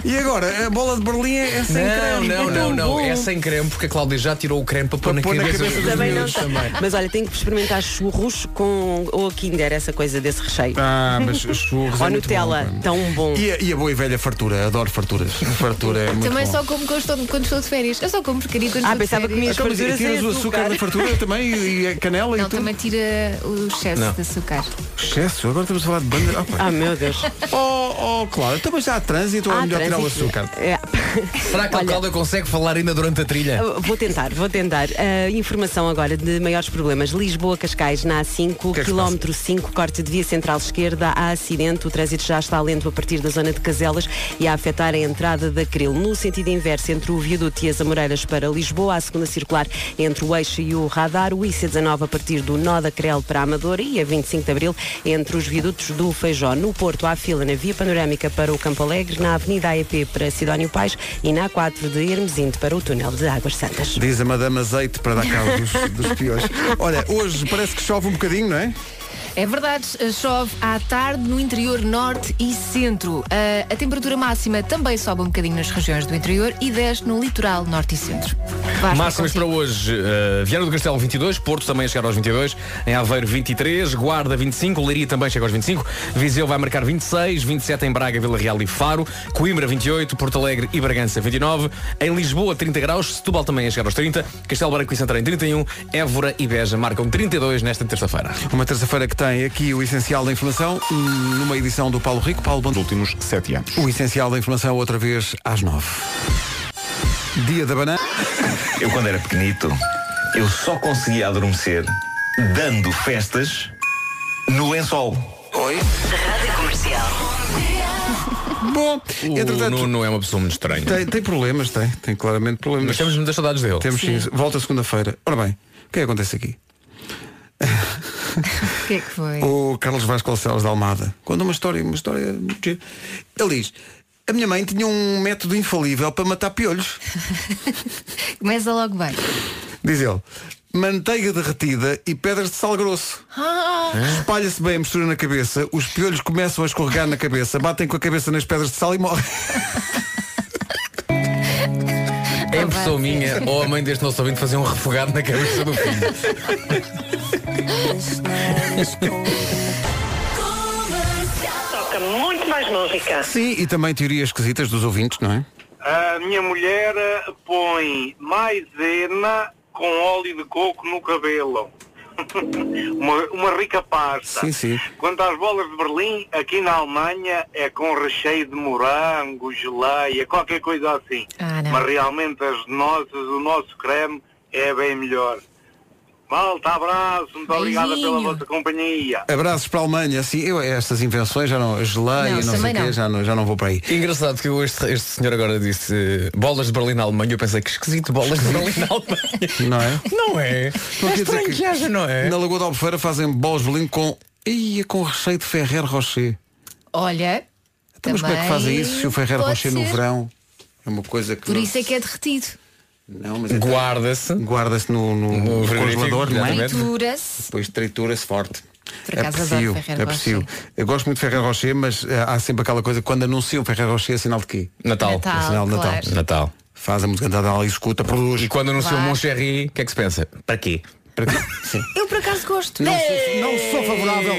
Speaker 2: E agora, a bola de Berlim é é sem creme.
Speaker 5: não, não,
Speaker 2: É
Speaker 5: não,
Speaker 2: tão
Speaker 5: não.
Speaker 2: bom.
Speaker 5: É sem creme porque a Cláudia já tirou o creme para pôr na
Speaker 2: pôr na
Speaker 5: cabeça,
Speaker 2: cabeça
Speaker 5: dos
Speaker 2: dos
Speaker 16: Também não
Speaker 5: miúdos
Speaker 16: sei.
Speaker 5: também.
Speaker 16: Mas olha, tenho que experimentar churros com ou Kinder, essa coisa desse recheio.
Speaker 2: Ah, mas churros
Speaker 16: Ou
Speaker 2: é muito
Speaker 16: Nutella,
Speaker 4: então.
Speaker 2: bom, pá.
Speaker 16: tão bom.
Speaker 2: e, a, e a boa e velha fartura, adoro farturas. Fartura é muito
Speaker 4: Também
Speaker 2: bom.
Speaker 4: só como quando estou, quando estou de férias. Eu só como porcaria quando
Speaker 16: Ah,
Speaker 4: estou de
Speaker 16: pensava que comias
Speaker 4: férias.
Speaker 2: Então, mas
Speaker 16: fartura
Speaker 2: tiras
Speaker 16: sem
Speaker 2: o açúcar da fartura também e, e a canela e
Speaker 4: Não,
Speaker 2: tudo.
Speaker 4: também tira o excesso
Speaker 2: Não.
Speaker 4: de açúcar.
Speaker 2: Excesso, agora estamos a falar de banda. Ah, pá.
Speaker 16: Ah, meu Deus.
Speaker 2: oh, oh, claro, então mas já há trânsito, ou é
Speaker 16: Ah,
Speaker 2: melhor tirar o
Speaker 16: trânsito.
Speaker 2: açúcar.
Speaker 16: É.
Speaker 5: Será que a Cláudia consegue falar ainda durante a trilha?
Speaker 16: Ah, Vou tentar, vou tentar. Ah, informação agora de maiores problemas. Lisboa-Cascais na A5,
Speaker 2: é
Speaker 16: quilómetro 5, corte de via central esquerda. Há acidente, o trânsito já está lento a partir da zona de Caselas e a afetar a entrada da Cril. No sentido inverso, entre o viaduto e as Amoreiras para Lisboa, a segunda circular entre o Eixo e o Radar, o IC19 a partir do Nó da Crel para a Amadora e a 25 de Abril entre os viadutos do Feijó. No Porto, há fila na Via Panorâmica para o Campo Alegre, na Avenida AEP para Sidónio Pais e na A4 de Hermesinde para o Túnel de Águas Santas.
Speaker 2: Diz a Madame Azeite para dar cabo dos, dos piores. Olha, hoje parece que chove um bocadinho, não é?
Speaker 4: É verdade, chove à tarde no interior norte e centro. Ah, a temperatura máxima também sobe um bocadinho nas regiões do interior e desce no litoral norte e centro. Vasco,
Speaker 5: Máximas para
Speaker 4: contigo.
Speaker 5: hoje, eh, Viana do Castelo 22, Porto também a chegar aos 22, em Aveiro 23, Guarda 25, Leiria também chega aos 25, Viseu vai marcar 26, 27 em Braga, Vila Real e Faro, Coimbra 28, Porto Alegre e Bragança 29, em Lisboa 30 graus, Setúbal também a chegar aos 30, Castelo Branco e Santarém 31, Évora e Beja marcam 32 nesta terça-feira.
Speaker 2: Uma terça-feira que tem aqui o essencial da informação, hum, numa edição do Paulo Rico, Paulo Bando.
Speaker 1: últimos sete anos.
Speaker 2: O essencial da informação outra vez às nove. Dia da banana.
Speaker 15: Eu quando era pequenito, eu só conseguia adormecer dando festas no lençol. Oi?
Speaker 18: Rádio Comercial.
Speaker 2: Bom,
Speaker 5: O Nuno é uma pessoa muito estranha.
Speaker 2: Tem, tem problemas, tem. Tem claramente problemas.
Speaker 5: Mas temos muitas saudades dele.
Speaker 2: Temos sim. Volta segunda-feira. Ora bem, o que é que acontece aqui?
Speaker 4: O que é que foi?
Speaker 2: O Carlos Vasconcelos de Almada conta uma história, uma história. muito gira. Ele diz, a minha mãe tinha um método infalível para matar piolhos.
Speaker 4: Começa logo bem.
Speaker 2: Diz ele, manteiga derretida e pedras de sal grosso.
Speaker 4: Ah,
Speaker 2: Espalha-se bem a mistura na cabeça, os piolhos começam a escorregar na cabeça, batem com a cabeça nas pedras de sal e morrem.
Speaker 5: É impressão minha ou a mãe deste nosso ouvinte fazer um refogado na cabeça do filho.
Speaker 19: Toca muito mais música.
Speaker 2: Sim, e também teorias esquisitas dos ouvintes, não é?
Speaker 19: A minha mulher eh, põe maisena com óleo de coco no cabelo. uma, uma rica pasta.
Speaker 2: Sim, sim.
Speaker 19: Quanto às bolas de Berlim, aqui na Alemanha é com recheio de morango, geleia, qualquer coisa assim.
Speaker 4: Ah, não.
Speaker 19: Mas realmente as nozes, o nosso creme é bem melhor. Malta, abraço, muito obrigada pela
Speaker 4: Beijinho.
Speaker 19: vossa companhia.
Speaker 2: Abraços para a Alemanha. Sim, eu estas invenções já não. Geleia,
Speaker 4: Não,
Speaker 2: não, sei
Speaker 4: também
Speaker 2: o quê,
Speaker 4: não.
Speaker 2: já não, já não vou para aí.
Speaker 5: Engraçado que eu este, este senhor agora disse eh, bolas de Berlim na Alemanha. Eu pensei que esquisito, bolas de Berlim na Alemanha.
Speaker 2: Não é? Não
Speaker 5: Não é? é
Speaker 2: quer dizer
Speaker 5: estranho que... haja, não é?
Speaker 2: Na Lagoa da Albufeira fazem bolos de bolinho com. Ia com recheio de Ferrer Rocher.
Speaker 4: Olha.
Speaker 2: Então, mas como é que
Speaker 4: também
Speaker 2: fazem isso se o Ferrer
Speaker 4: pode
Speaker 2: Rocher no
Speaker 4: ser.
Speaker 2: verão? É uma coisa que.
Speaker 4: Por
Speaker 2: não-
Speaker 4: isso é que é derretido.
Speaker 2: não, mas é-
Speaker 5: Guarda-se.
Speaker 2: Guarda-se no, no,
Speaker 5: No frigorífico,
Speaker 2: congelador, não é?
Speaker 5: exatamente.
Speaker 4: Tritura-se.
Speaker 2: Depois tritura-se forte.
Speaker 4: Por
Speaker 2: É
Speaker 4: acaso
Speaker 2: possível,
Speaker 4: adoro Ferrer
Speaker 2: é possível. Eu gosto muito de Ferrer Rocher, mas eh, há sempre aquela coisa que quando anunciam Ferrer Rocher é sinal de quê?
Speaker 5: Natal.
Speaker 4: Natal,
Speaker 2: É sinal de Natal.
Speaker 4: claro.
Speaker 5: Natal.
Speaker 2: Faz a música de Natal e escuta, produz.
Speaker 5: E quando anunciou o
Speaker 4: Claro.
Speaker 5: Moncherry, o que é que se pensa? Para quê?
Speaker 2: Para quê? Sim.
Speaker 4: Eu por acaso gosto.
Speaker 2: Não é sou, não sou favorável.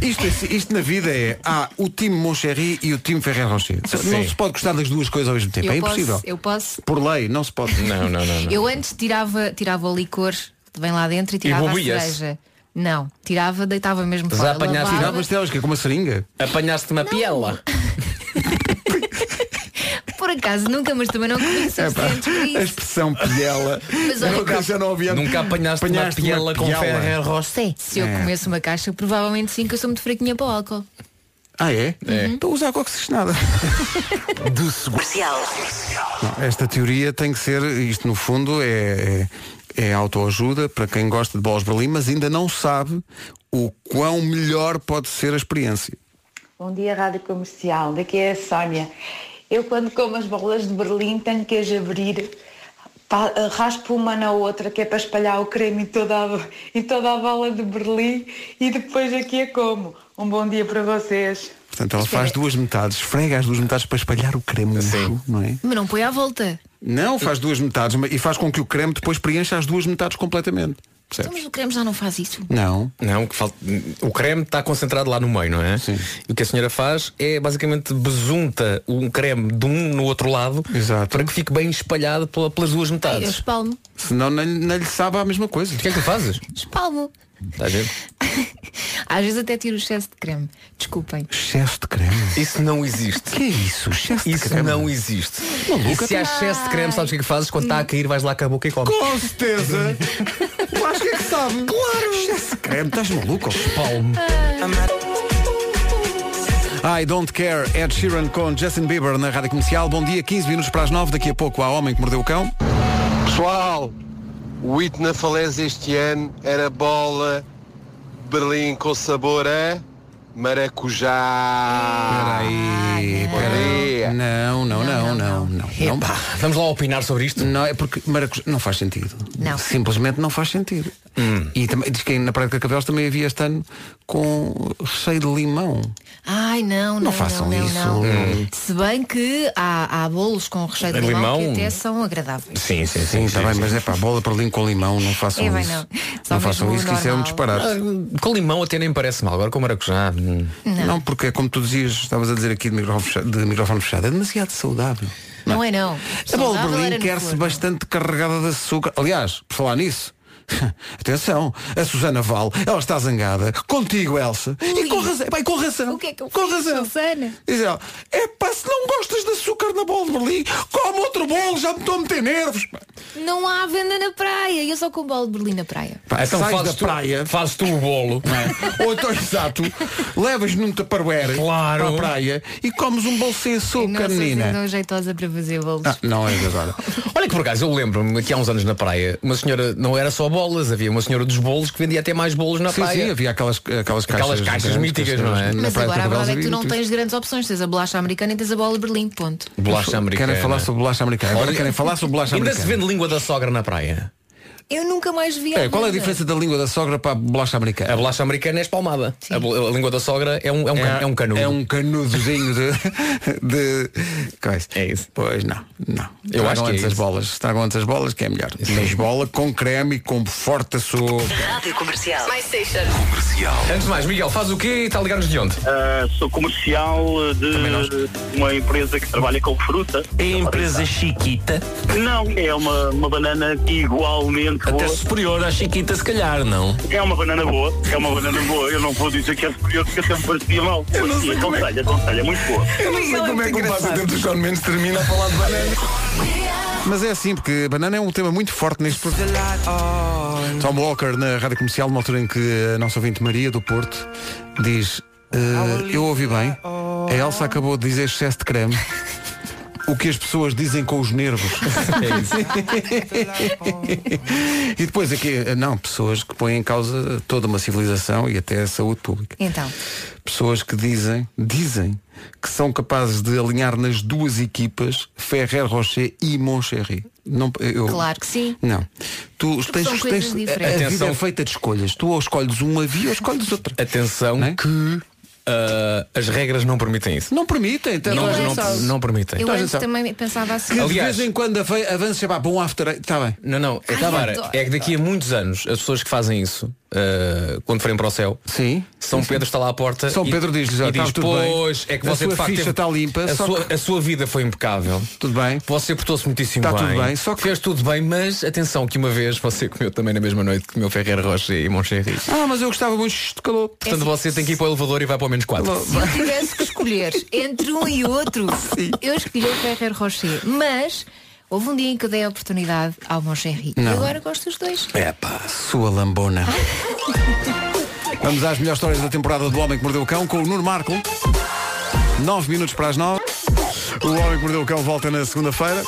Speaker 2: Isto, é- isto na vida é há o time Moncherry e o time Ferrer Rocher. Não
Speaker 5: Sim.
Speaker 2: se pode gostar das duas coisas ao mesmo tempo.
Speaker 4: Eu
Speaker 2: é
Speaker 4: posso-
Speaker 2: impossível.
Speaker 4: eu posso.
Speaker 2: Por lei, não se pode. É
Speaker 5: Não, não, não.
Speaker 4: Eu antes tirava, tirava o licor que vem lá dentro e tirava a
Speaker 2: bombia-se.
Speaker 4: cereja. Não, tirava, deitava mesmo
Speaker 2: Mas
Speaker 4: fora.
Speaker 2: apanhaste
Speaker 4: lavava.
Speaker 2: tiravas delas que é com uma seringa.
Speaker 5: Apanhaste uma piela.
Speaker 4: Por acaso nunca, mas também não comi suficientes para
Speaker 2: É A
Speaker 4: isso.
Speaker 2: expressão piela.
Speaker 4: é Mas olha-
Speaker 2: É uma coisa que eu não ouvi antes.
Speaker 5: Nunca apanhaste,
Speaker 2: Apanhaste
Speaker 5: uma
Speaker 2: uma
Speaker 5: piela com
Speaker 2: piela.
Speaker 5: Ferrer Rocher.
Speaker 4: Se eu
Speaker 2: É.
Speaker 4: comesse uma caixa, provavelmente sim, que eu sou muito fraquinha para o álcool.
Speaker 2: Ah, é? Então usa água oxigenada. De seguro.
Speaker 3: Comercial.
Speaker 2: Esta teoria tem que ser, isto no fundo é, é, é autoajuda para quem gosta de bolas de Berlim, mas ainda não sabe o quão melhor pode ser a experiência.
Speaker 18: Bom dia, Rádio Comercial. Daqui é a Sónia. Eu, quando como as bolas de Berlim, tenho que as abrir, pa- raspo uma na outra, que é para espalhar o creme em toda a, em toda a bola de Berlim, e depois aqui a como. Um bom dia para vocês.
Speaker 2: Portanto, ela faz duas metades, esfrega as duas metades para espalhar o creme, não é?
Speaker 4: Mas não põe à volta.
Speaker 2: Não, faz duas metades mas- e faz com que o creme depois preencha as duas metades completamente.
Speaker 4: Então,
Speaker 2: Percebes?
Speaker 4: mas o creme já não faz isso.
Speaker 2: Não.
Speaker 5: Não, o que falta... o creme está concentrado lá no meio, não é? Sim. E o que a senhora faz é basicamente besunta um creme de um no outro lado para que fique bem espalhado pela- pelas duas
Speaker 4: Eu
Speaker 5: metades.
Speaker 4: espalmo.
Speaker 2: Senão não, lhe- não lhe sabe a mesma coisa. O
Speaker 5: que é que tu fazes?
Speaker 4: Espalmo.
Speaker 5: Está a ver?
Speaker 4: Às vezes até tiro o excesso de creme. Desculpem.
Speaker 2: Excesso de creme.
Speaker 5: Isso não existe.
Speaker 2: que é isso? Excesso
Speaker 5: Isso não existe.
Speaker 2: Maluca,
Speaker 5: e se há excesso de creme, sabes o que é que fazes? Quando está a cair, vais lá com a boca e comes.
Speaker 2: Com certeza. Acho que é que sabe. Claro. Excesso de creme, estás maluco?
Speaker 5: Espalme.
Speaker 2: I Don't Care, Ed Sheeran com Justin Bieber na Rádio Comercial. Bom dia, 15 minutos para as 9, daqui a pouco há Homem que Mordeu o Cão.
Speaker 20: Pessoal, o hit na falésia este ano era bola Berlim com sabor a maracujá.
Speaker 2: Peraí, peraí. Não, não, não, não, não. não.
Speaker 5: Vamos lá opinar sobre isto?
Speaker 2: Não, é porque maracujá não faz sentido.
Speaker 4: Não.
Speaker 2: Simplesmente não faz sentido. E também diz que na Praia de Cabelos também havia este ano com cheio de limão.
Speaker 4: Ai, não, não, não
Speaker 2: façam
Speaker 4: não,
Speaker 2: isso.
Speaker 4: não.
Speaker 2: Hum.
Speaker 4: Se bem que há, há bolos com recheio de limão,
Speaker 2: Limão?
Speaker 4: que até são agradáveis.
Speaker 5: Sim, sim, tá
Speaker 2: sim. Está bem, mas é para bola para limão com limão, não façam
Speaker 4: É bem,
Speaker 2: isso.
Speaker 4: não. Só
Speaker 2: Não
Speaker 4: mesmo
Speaker 2: façam
Speaker 4: o
Speaker 2: isso, que isso é um
Speaker 4: normal.
Speaker 2: disparate.
Speaker 5: Ah, Com limão até nem parece mal, agora com maracujá. hum.
Speaker 4: Não.
Speaker 2: Não. porque é como tu dizias, estavas a dizer aqui de microfone fechado, de microfone fechado é demasiado saudável.
Speaker 4: Não é não.
Speaker 2: A bola de
Speaker 4: Saudável era
Speaker 2: Berlim
Speaker 4: no
Speaker 2: quer-se
Speaker 4: forno.
Speaker 2: bastante carregada de açúcar. Aliás, por falar nisso, atenção, a Susana Val, ela está zangada contigo, Elsa. E com razão. Bem, com razão.
Speaker 4: O que é que eu
Speaker 2: com
Speaker 4: fiz,
Speaker 2: razão.
Speaker 4: Susana?
Speaker 2: Diz ela, é pá, se não gostas de açúcar na bola de Berlim, come outro bolo, já me estou a meter nervos.
Speaker 4: Não há venda na praia. Eu só com bolo de Berlim na praia.
Speaker 2: Pá,
Speaker 5: Então
Speaker 2: sais
Speaker 5: fazes
Speaker 2: da
Speaker 5: tu-
Speaker 2: praia.
Speaker 5: Fazes tu o bolo.
Speaker 2: Ou então, exato, levas num taparware
Speaker 5: Claro.
Speaker 2: para a praia e comes um bolo sem açúcar,
Speaker 4: não sou assim
Speaker 2: menina.
Speaker 4: tão jeitosa para fazer bolos.
Speaker 2: Ah, não é de agora.
Speaker 5: Olha que por acaso, eu lembro-me que há uns anos na praia, uma senhora, não era só bolas, havia uma senhora dos bolos que vendia até mais bolos na
Speaker 2: sim,
Speaker 5: praia.
Speaker 2: sim, havia aquelas, aquelas caixas.
Speaker 5: Aquelas caixas
Speaker 2: grandes,
Speaker 5: míticas, não é?
Speaker 2: na
Speaker 4: é. Mas
Speaker 2: Praia de
Speaker 4: agora a
Speaker 2: Carvalhos
Speaker 4: verdade é que tu
Speaker 2: havia
Speaker 4: não
Speaker 2: muito
Speaker 4: tens grandes opções. Tens a bolacha americana e tens a bola de Berlim. Ponto.
Speaker 5: Bolacha americana.
Speaker 2: Querem falar sobre bolacha americana. Agora
Speaker 5: Olha-
Speaker 2: querem falar sobre bolacha
Speaker 5: Ainda
Speaker 2: americana.
Speaker 5: se vende língua da sogra na praia.
Speaker 4: Eu nunca mais vi.
Speaker 2: É, qual é a
Speaker 4: venda.
Speaker 2: diferença da língua da sogra para a bolacha americana?
Speaker 5: A bolacha americana é espalmada. A, bol- a língua da sogra é um, é um, can- é um canudo.
Speaker 2: É um canudozinho de. de coisa. É isso. Pois não, não.
Speaker 5: Eu
Speaker 2: Estragam
Speaker 5: acho que é
Speaker 2: antes as
Speaker 5: isso.
Speaker 2: bolas. Estragam antes as bolas, que é melhor. Mas bola com creme e com forte açúcar.
Speaker 3: Rádio Comercial. My Station.
Speaker 5: Antes de mais, Miguel, faz o quê e está a ligar-nos de onde?
Speaker 21: Ah, sou comercial ah, de uma empresa que trabalha com fruta. É empresa chiquita?
Speaker 22: tá
Speaker 21: Não, é uma, uma banana igualmente boa.
Speaker 22: superior à Chiquita, se calhar, não?
Speaker 21: É uma banana boa, é uma banana boa. Eu não vou dizer que é superior porque até me parecia mal. Eu não sei aconselho, aconselho, é muito boa.
Speaker 2: Eu não sei como é que o passatempo do João Mendes termina a falar de banana. Mas é assim, porque a banana é um tema muito forte neste programa. Tom Walker na rádio comercial, numa altura em que a nossa ouvinte Maria do Porto diz: "Eh, Eu ouvi bem, a Elsa acabou de dizer excesso de creme. O que as pessoas dizem com os nervos.
Speaker 6: É isso.
Speaker 2: e depois aqui, eh, não, pessoas que põem em causa toda uma civilização e até a saúde pública
Speaker 4: Então,
Speaker 2: pessoas que dizem, dizem que são capazes de alinhar nas duas equipas Ferrer Rocher e Moncherry. Não, eu,
Speaker 4: claro que sim.
Speaker 2: Não. Tu tens,
Speaker 4: são coisas
Speaker 2: tens, a,
Speaker 4: diferentes.
Speaker 2: a vida
Speaker 4: Atenção.
Speaker 2: é feita de escolhas. Tu ou escolhes uma via ou escolhes outra. é?
Speaker 5: Atenção que ah, as regras não permitem isso.
Speaker 2: Não permitem, então,
Speaker 5: Não,
Speaker 2: estás
Speaker 5: não-
Speaker 2: Então, atenção.
Speaker 5: não permitem.
Speaker 4: é eu
Speaker 5: Estás
Speaker 4: antes
Speaker 5: a-
Speaker 4: também pensava assim.
Speaker 2: Que de vez em quando ave- avança para um after. Está bem.
Speaker 5: Não, não, é, tá,
Speaker 4: adoro.
Speaker 5: Vera, é que daqui a muitos anos as pessoas que fazem isso, ah, quando forem para o céu,
Speaker 2: Sim.
Speaker 5: São
Speaker 2: Sim, sim.
Speaker 5: Pedro está lá à porta.
Speaker 2: São
Speaker 5: e-
Speaker 2: Pedro diz-lhes, "Ah,
Speaker 5: e
Speaker 2: está
Speaker 5: diz,
Speaker 2: tudo bem.
Speaker 5: pois, é que
Speaker 2: A
Speaker 5: você
Speaker 2: sua
Speaker 5: de facto
Speaker 2: ficha
Speaker 5: teve-
Speaker 2: está limpa,
Speaker 5: A
Speaker 2: só
Speaker 5: sua, a sua vida foi impecável.
Speaker 2: Tudo bem.
Speaker 5: Você portou-se muitíssimo
Speaker 2: Está
Speaker 5: bem.
Speaker 2: tudo bem,
Speaker 5: Só que fez tudo bem, mas atenção que uma vez você comeu também na mesma noite que comeu Ferreira Rocha e Moncherry.
Speaker 2: Ah, mas eu gostava muito de calor.
Speaker 5: Portanto, você tem que ir para o elevador e vai para o menos 4.
Speaker 4: Se eu tivesse que escolher entre um e outro, eu escolhi o Ferrer Rocher. Mas houve um dia em que eu dei a oportunidade ao Moncherry. E
Speaker 2: Não. É
Speaker 4: agora gosto dos dois.
Speaker 2: Epá, sua lambona. Vamos às melhores histórias da temporada do Homem que Mordeu o Cão com o Nuno Marco. 9 minutos para as 9. O Homem que Mordeu o Cão volta na segunda-feira.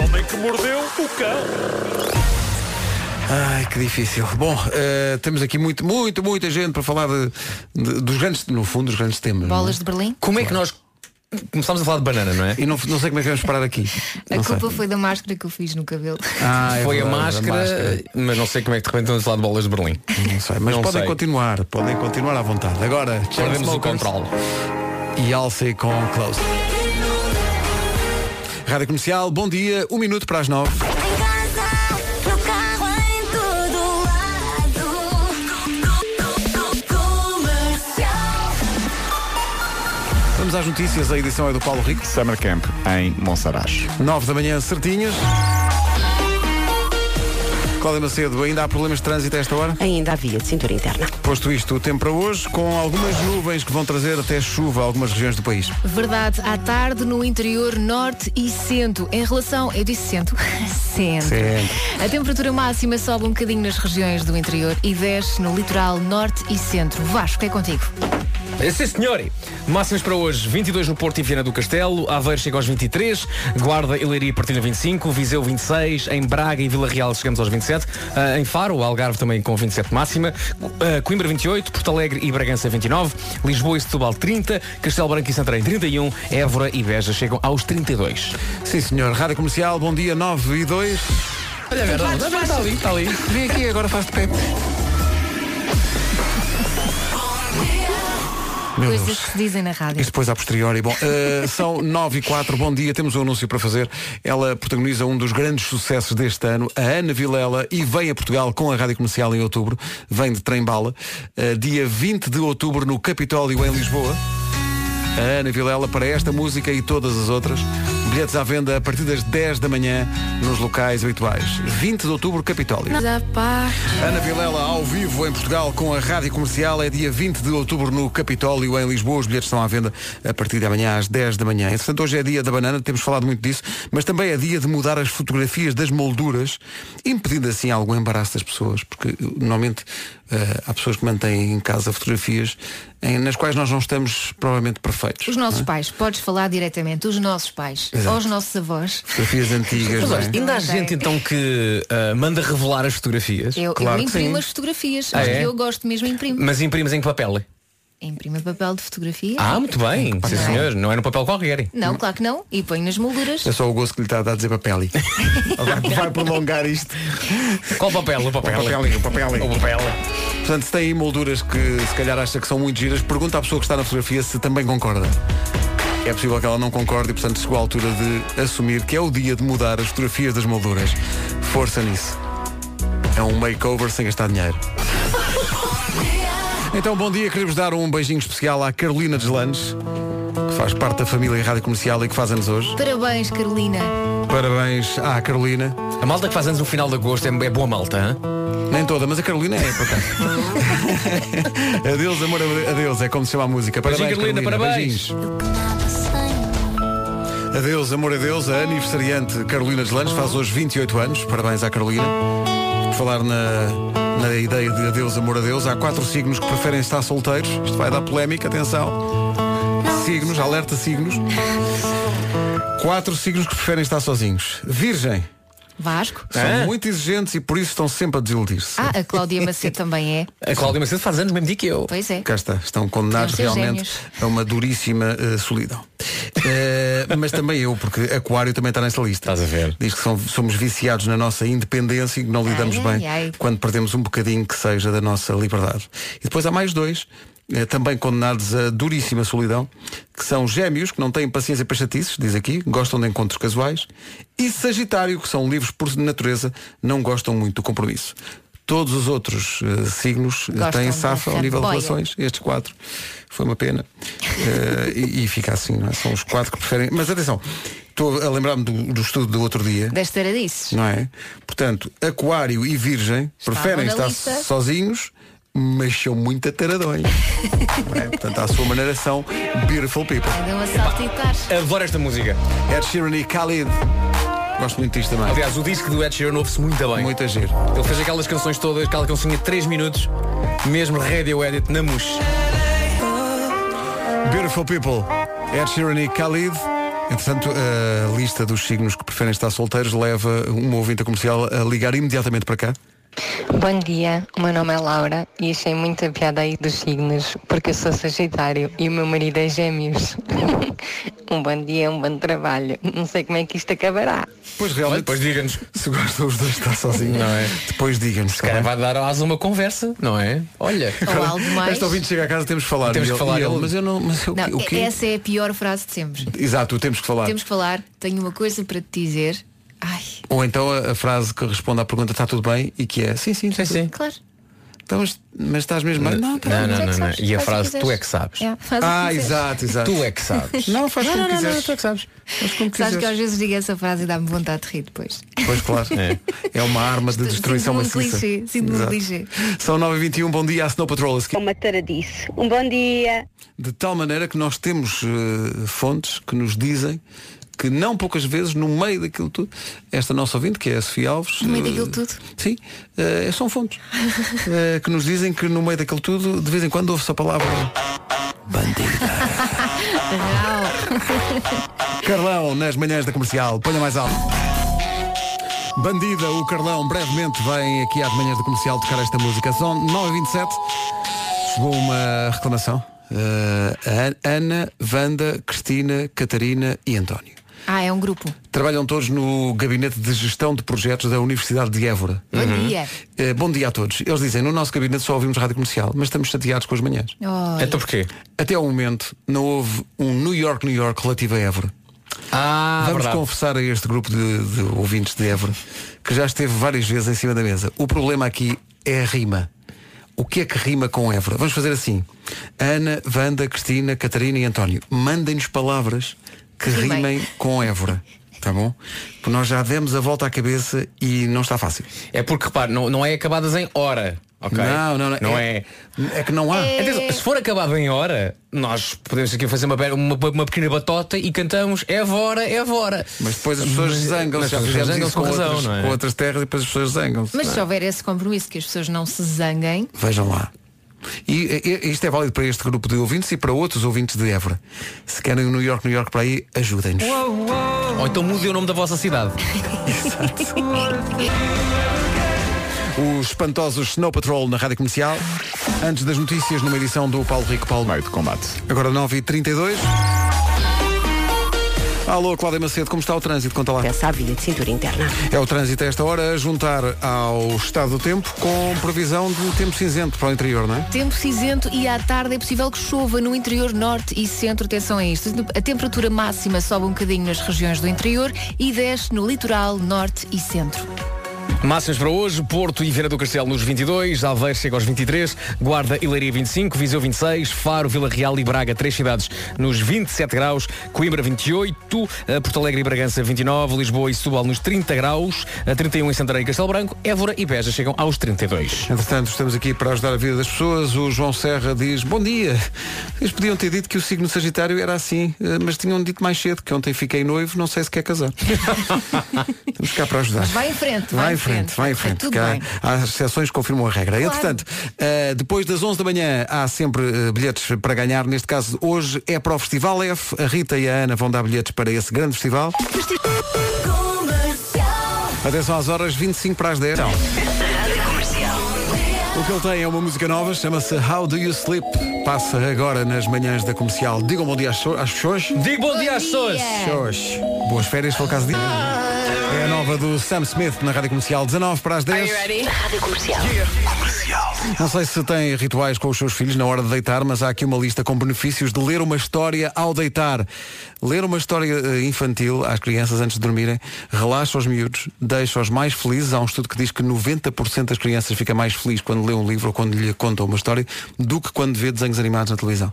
Speaker 6: O homem que mordeu o cão.
Speaker 2: Ai, que difícil. Bom, eh, temos aqui muito, muito, muita gente para falar de- de- dos grandes, no fundo, dos grandes temas. não é?
Speaker 4: Bolas de Berlim.
Speaker 5: Como é que nós começámos a falar de banana, não é?
Speaker 2: E não, não sei como é que vamos parar aqui.
Speaker 4: A
Speaker 5: Não sei.
Speaker 4: culpa foi da máscara que eu fiz no cabelo.
Speaker 2: Ah, é
Speaker 5: Foi
Speaker 2: verdade,
Speaker 5: a,
Speaker 2: a
Speaker 5: máscara,
Speaker 2: máscara.
Speaker 5: mas não sei como é que de repente estamos a falar de bolas de Berlim.
Speaker 2: Não sei, Mas podem continuar, podem continuar à vontade. Agora,
Speaker 5: Perdemos o
Speaker 2: Chainsmokers
Speaker 5: controle.
Speaker 2: E Alce com Close. Rádio Comercial, bom dia, um minuto para as nove.
Speaker 6: No carro em todo lado.
Speaker 2: Vamos às notícias, a edição é do Paulo Rico.
Speaker 1: Summer Camp em Monsaraz.
Speaker 2: 9 da manhã, certinhas. Cláudia Macedo, ainda há problemas de trânsito a esta hora?
Speaker 16: Ainda havia de cintura interna.
Speaker 2: Posto isto, o tempo para hoje, com algumas nuvens que vão trazer até chuva a algumas regiões do país.
Speaker 4: Verdade, à tarde no interior norte e centro. Em relação, eu disse centro, centro. A temperatura máxima sobe um bocadinho nas regiões do interior e desce no litoral norte e centro. Vasco, é contigo.
Speaker 5: É, Sim, senhor. Máximos para hoje. 22 no Porto e Viana do Castelo. Aveiro chega aos 23. Guarda e Leiria partilham 25. Viseu 26. Em Braga e Vila Real chegamos aos 27. Ah, em Faro, Algarve também com 27 máxima. Ah, Coimbra 28. Porto Alegre e Bragança 29. Lisboa e Setúbal 30. Castelo Branco e Santarém 31. Évora e Beja chegam aos 32.
Speaker 2: Sim, senhor. Rádio Comercial, bom dia, 9 e 2.
Speaker 5: Olha, a Vera, está ali, está ali.
Speaker 2: Vem aqui, agora faz de pé. Meu
Speaker 4: Coisas
Speaker 2: Deus.
Speaker 4: que se dizem na rádio.
Speaker 2: Isto depois a posteriori. Bom, eh, são 9 e 4, bom dia, temos um anúncio para fazer. Ela protagoniza um dos grandes sucessos deste ano, a Ana Vilela, e vem a Portugal com a Rádio Comercial em outubro. Vem de trem-bala, eh, dia 20 de outubro no Capitólio, em Lisboa. A Ana Vilela para esta música e todas as outras. Bilhetes à venda a partir das 10 da manhã nos locais habituais. 20 de outubro, Capitólio. Ana Vilela ao vivo em Portugal com a Rádio Comercial é dia 20 de outubro no Capitólio em Lisboa. Os bilhetes estão à venda a partir de amanhã às 10 da manhã. Entretanto, hoje é dia da banana, temos falado muito disso, mas também é dia de mudar as fotografias das molduras, impedindo assim algum embaraço das pessoas, porque normalmente eh, há pessoas que mantêm em casa fotografias em- nas quais nós não estamos provavelmente perfeitos.
Speaker 4: Os nossos pais, podes falar diretamente, os nossos pais,
Speaker 5: Exato.
Speaker 4: aos nossos avós.
Speaker 2: Fotografias antigas.
Speaker 5: Mas
Speaker 2: não
Speaker 5: olha,
Speaker 2: é?
Speaker 5: ainda há gente então que ah, manda revelar as fotografias.
Speaker 4: Eu, eu
Speaker 5: que
Speaker 4: imprimo
Speaker 5: sim.
Speaker 4: as fotografias,
Speaker 5: Ah,
Speaker 4: as
Speaker 5: é?
Speaker 4: que eu gosto mesmo imprimo.
Speaker 5: Mas imprimes em que papel?
Speaker 4: Imprimo em papel de fotografia.
Speaker 5: Ah, muito bem. Sim,
Speaker 4: Não é?
Speaker 5: senhor. Não é no papel qualquer.
Speaker 4: Não, claro que não. E ponho nas molduras.
Speaker 2: É só o gosto que lhe está a dar dizer papel. vai, vai prolongar isto.
Speaker 5: Qual papel? O papel. é-
Speaker 2: O papel, o papel.
Speaker 5: O papel.
Speaker 2: Portanto, se tem aí molduras que se calhar acha que são muito giras, pergunta à pessoa que está na fotografia se também concorda. É possível que ela não concorde e, portanto, chegou a altura de assumir que é o dia de mudar as fotografias das molduras. Força nisso. É um makeover sem gastar dinheiro. Então, bom dia. Queremos dar um beijinho especial à Carolina Deslandes, que faz parte da família Rádio Comercial e que faz anos hoje.
Speaker 4: Parabéns, Carolina.
Speaker 2: Parabéns à Carolina.
Speaker 5: A malta que faz anos no final de agosto é, é boa malta, hã?
Speaker 2: Nem toda, mas a Carolina é, por acaso. adeus, amor, adeus. É como se chama a música. Parabéns,
Speaker 5: Beijinho, Carolina, parabéns.
Speaker 2: Beijinhos. Adeus, amor, adeus. A aniversariante Carolina de Lanes faz hoje 28 anos. Parabéns à Carolina. Por Falar na, na ideia de adeus, amor, adeus. Há quatro signos que preferem estar solteiros. Isto vai dar polémica, atenção. Signos, alerta signos. Quatro signos que preferem estar sozinhos. Virgem.
Speaker 4: Vasco?
Speaker 2: São muito exigentes e por isso estão sempre a desiludir-se.
Speaker 4: Ah, a Cláudia Macedo também é.
Speaker 2: A Cláudia Macedo faz anos mesmo dia que eu.
Speaker 4: Pois é.
Speaker 2: Cá está, estão condenados
Speaker 4: São seus
Speaker 2: realmente
Speaker 4: gêmeos.
Speaker 2: a uma duríssima eh, solidão. Eh, mas também eu, porque Aquário também está nessa lista. Estás a ver. Diz que são- somos viciados na nossa independência e que não lidamos
Speaker 4: ai,
Speaker 2: bem
Speaker 4: ai.
Speaker 2: quando perdemos um bocadinho que seja da nossa liberdade. E depois há mais dois. eh, Também condenados a duríssima solidão, que são gêmeos, que não têm paciência para chatices, diz aqui, gostam de encontros casuais, e Sagitário, que são livres por natureza, não gostam muito do compromisso. Todos os outros eh, signos eh,
Speaker 7: Gostam
Speaker 2: têm
Speaker 4: é?
Speaker 7: da
Speaker 2: safa ao nível de
Speaker 7: ramboia.
Speaker 2: relações, estes quatro. Foi uma pena. Eh, e, e fica assim, não é? São os quatro que preferem. Mas atenção, estou a lembrar-me do, do estudo do outro dia.
Speaker 4: Das taradices.
Speaker 2: Não é? Portanto, aquário e virgem preferem
Speaker 4: na
Speaker 2: estar
Speaker 4: lista.
Speaker 2: sozinhos, mas são muito ataradões. Não é? Portanto, à sua maneira são beautiful people.
Speaker 4: Deu a saltitar.
Speaker 2: Adoro esta música. Ed Sheeran e Khalid. Gosto muito disto também.
Speaker 5: Aliás, o disco do Ed Sheeran ouve-se muito bem.
Speaker 2: Muito giro.
Speaker 5: Ele fez aquelas canções todas, aquela cancinha de 3 minutos, mesmo Radio Edit na mush.
Speaker 2: Beautiful People, Ed Sheeran e Khalid. Entretanto, a lista dos signos que preferem estar solteiros leva uma ouvinte comercial a ligar imediatamente para cá.
Speaker 9: Bom dia, o meu nome é Laura e achei muita piada aí dos signos, porque eu sou Sagitário e o meu marido é Gêmeos. um bom dia, um bom trabalho. Não sei como é que isto acabará.
Speaker 2: Pois realmente. Depois
Speaker 5: Então, diga-nos.
Speaker 2: Se gostam os dois de estar sozinhos.
Speaker 5: Não é?
Speaker 2: Depois digam-nos.
Speaker 5: Se calhar vai dar às uma conversa, não é? Olha.
Speaker 4: Ou algo mais.
Speaker 2: Este ouvinte chega a casa, temos que falar.
Speaker 5: Temos
Speaker 2: E
Speaker 5: que
Speaker 2: ele-
Speaker 5: falar,
Speaker 2: e ele,
Speaker 5: ele-
Speaker 2: Mas eu não. Mas eu,
Speaker 4: Não,
Speaker 2: o quê?
Speaker 4: essa é a pior frase de sempre.
Speaker 2: Exato, temos que falar.
Speaker 4: Temos que falar, tenho uma coisa para te dizer.
Speaker 2: Ou então a, a frase que responde à pergunta está tudo bem e que é sim, sim, sim. sim.
Speaker 4: Claro.
Speaker 2: Então, mas, mas estás mesmo bem?
Speaker 5: Não,
Speaker 2: tá
Speaker 5: não,
Speaker 2: bem,
Speaker 5: não,
Speaker 2: mas é que
Speaker 5: não, não.
Speaker 2: sabes.
Speaker 5: E a
Speaker 2: Faz o
Speaker 5: frase,
Speaker 2: quiseres.
Speaker 5: tu é que sabes.
Speaker 4: É, faz o que
Speaker 2: ah,
Speaker 4: quiseres.
Speaker 2: exato, exato.
Speaker 5: Tu é que sabes.
Speaker 2: Não, faz como
Speaker 4: não,
Speaker 2: quiseres.
Speaker 4: Não, tu é que sabes. Sabes
Speaker 2: quiseres.
Speaker 4: que às vezes digo essa frase e dá-me vontade de rir depois.
Speaker 2: Pois claro. É, uma arma de destruição
Speaker 4: sinto-me um
Speaker 2: maciça.
Speaker 4: clichê, sinto-me um
Speaker 2: Exato.
Speaker 4: clichê.
Speaker 2: São 9h21, bom dia à Snow Patrol a seguir.
Speaker 23: É Uma taradice. Um bom dia.
Speaker 2: De tal maneira que nós temos eh, fontes que nos dizem que não poucas vezes, no meio daquilo tudo, esta nossa ouvinte, que é a Sofia Alves.
Speaker 4: No meio
Speaker 2: eh,
Speaker 4: daquilo tudo.
Speaker 2: Sim, eh, são fontes. eh, que nos dizem que no meio daquilo tudo, de vez em quando ouve-se a palavra. Carlão, nas manhãs da comercial, ponha mais alto. Bandida, o Carlão brevemente vem aqui às manhãs da comercial tocar esta música. São 9h27. Chegou uma reclamação. Eh, a Ana, Wanda, Cristina, Catarina e António.
Speaker 4: Ah, é um grupo.
Speaker 2: Trabalham todos no gabinete de gestão de projetos da Universidade de Évora.
Speaker 4: Bom Uhum. dia.
Speaker 2: Eh, bom dia a todos. Eles dizem, no nosso gabinete só ouvimos rádio comercial, mas estamos chateados com as manhãs.
Speaker 4: Ai.
Speaker 5: Então porquê?
Speaker 2: Até ao momento não houve um New York, New York relativo a Évora. Vamos
Speaker 5: verdade.
Speaker 2: confessar a este grupo de, de ouvintes de Évora que já esteve várias vezes em cima da mesa. O problema aqui é a rima. O que é que rima com Évora? Vamos fazer assim. Ana, Wanda, Cristina, Catarina e António, mandem-nos palavras que
Speaker 4: Rimem.
Speaker 2: rimem com Évora. Tá bom? Porque nós já demos a volta à cabeça e não está fácil.
Speaker 5: É porque, repare, não, não é acabadas em hora. ok?
Speaker 2: Não, não, não.
Speaker 5: é.
Speaker 2: É que não há.
Speaker 5: Atenção, se for acabado em hora, nós podemos aqui fazer uma, be- uma, uma pequena batota e cantamos é vora, é vora.
Speaker 2: Mas depois as pessoas
Speaker 5: Mas-
Speaker 2: zangam-se.
Speaker 5: mas
Speaker 2: Já
Speaker 5: as
Speaker 2: fizemos
Speaker 5: pessoas zangam-se
Speaker 2: isso
Speaker 5: com
Speaker 2: com,
Speaker 5: razão,
Speaker 2: outras,
Speaker 5: não é?
Speaker 2: com outras terras e depois as pessoas zangam-se.
Speaker 4: Mas
Speaker 2: não é?
Speaker 4: se houver esse compromisso que as pessoas não se zanguem,
Speaker 2: Vejam lá. E, e- isto é válido para este grupo de ouvintes e para outros ouvintes de Évora. Se querem o New York, New York para aí, ajudem-nos.
Speaker 5: Ou então mudem o nome da vossa cidade.
Speaker 2: Os espantosos Snow Patrol na Rádio Comercial. Antes das notícias, numa edição do Paulo Rico Paulo. Meio de combate. Agora 9h32. Alô, Cláudia Macedo, como está o trânsito? Conta lá.
Speaker 16: Essa via de cintura interna.
Speaker 2: É o trânsito a esta hora a juntar ao estado do tempo com previsão de tempo cinzento para o interior, não é?
Speaker 4: Tempo cinzento e à tarde é possível que chova no interior norte e centro. Atenção a isto. A temperatura máxima sobe um bocadinho nas regiões do interior e desce no litoral norte e centro.
Speaker 5: Máximas para hoje, Porto e Viana do Castelo nos 22, Aveiro chega aos 23, Guarda e Leiria 25, Viseu 26, Faro, Vila Real e Braga, três cidades nos 27 graus, Coimbra 28, eh, Porto Alegre e Bragança 29, Lisboa e Setúbal nos 30 graus, eh, 31 em Santarém e Castelo Branco, Évora e Beja chegam aos 32.
Speaker 2: Entretanto, estamos aqui para ajudar a vida das pessoas. O João Serra diz, bom dia. Eles podiam ter dito que o signo Sagitário era assim, eh, mas tinham dito mais cedo que ontem fiquei noivo, não sei se quer casar. Estamos cá para ajudar.
Speaker 4: Mas vai em frente, Tá
Speaker 2: Vai, em frente, vai em frente.
Speaker 4: Tudo
Speaker 2: que há-
Speaker 4: bem.
Speaker 2: há, exceções que confirmam a regra.
Speaker 4: Claro.
Speaker 2: Entretanto, eh, depois das 11 da manhã há sempre eh, bilhetes para ganhar. Neste caso, hoje é para o Festival F. A Rita e a Ana vão dar bilhetes para esse grande festival. Atenção às horas 25 para as 10.
Speaker 4: Então.
Speaker 2: O que ele tem é uma música nova, chama-se How Do You Sleep. Passa agora nas manhãs da comercial. Digam bom dia às so- às pessoas.
Speaker 5: Digo bom dia às pessoas.
Speaker 2: Pessoas. Boas férias, se for o caso disso. É a nova do Sam Smith na rádio comercial, 19 para as 10.
Speaker 6: Rádio Comercial.
Speaker 2: Não sei se tem rituais com os seus filhos na hora de deitar, mas há aqui uma lista com benefícios de ler uma história ao deitar. Ler uma história eh, infantil às crianças antes de dormirem relaxa os miúdos, deixa-os mais felizes. Há um estudo que diz que 90% das crianças fica mais feliz quando lê um livro ou quando lhe conta uma história do que quando vê desenhos animados na televisão.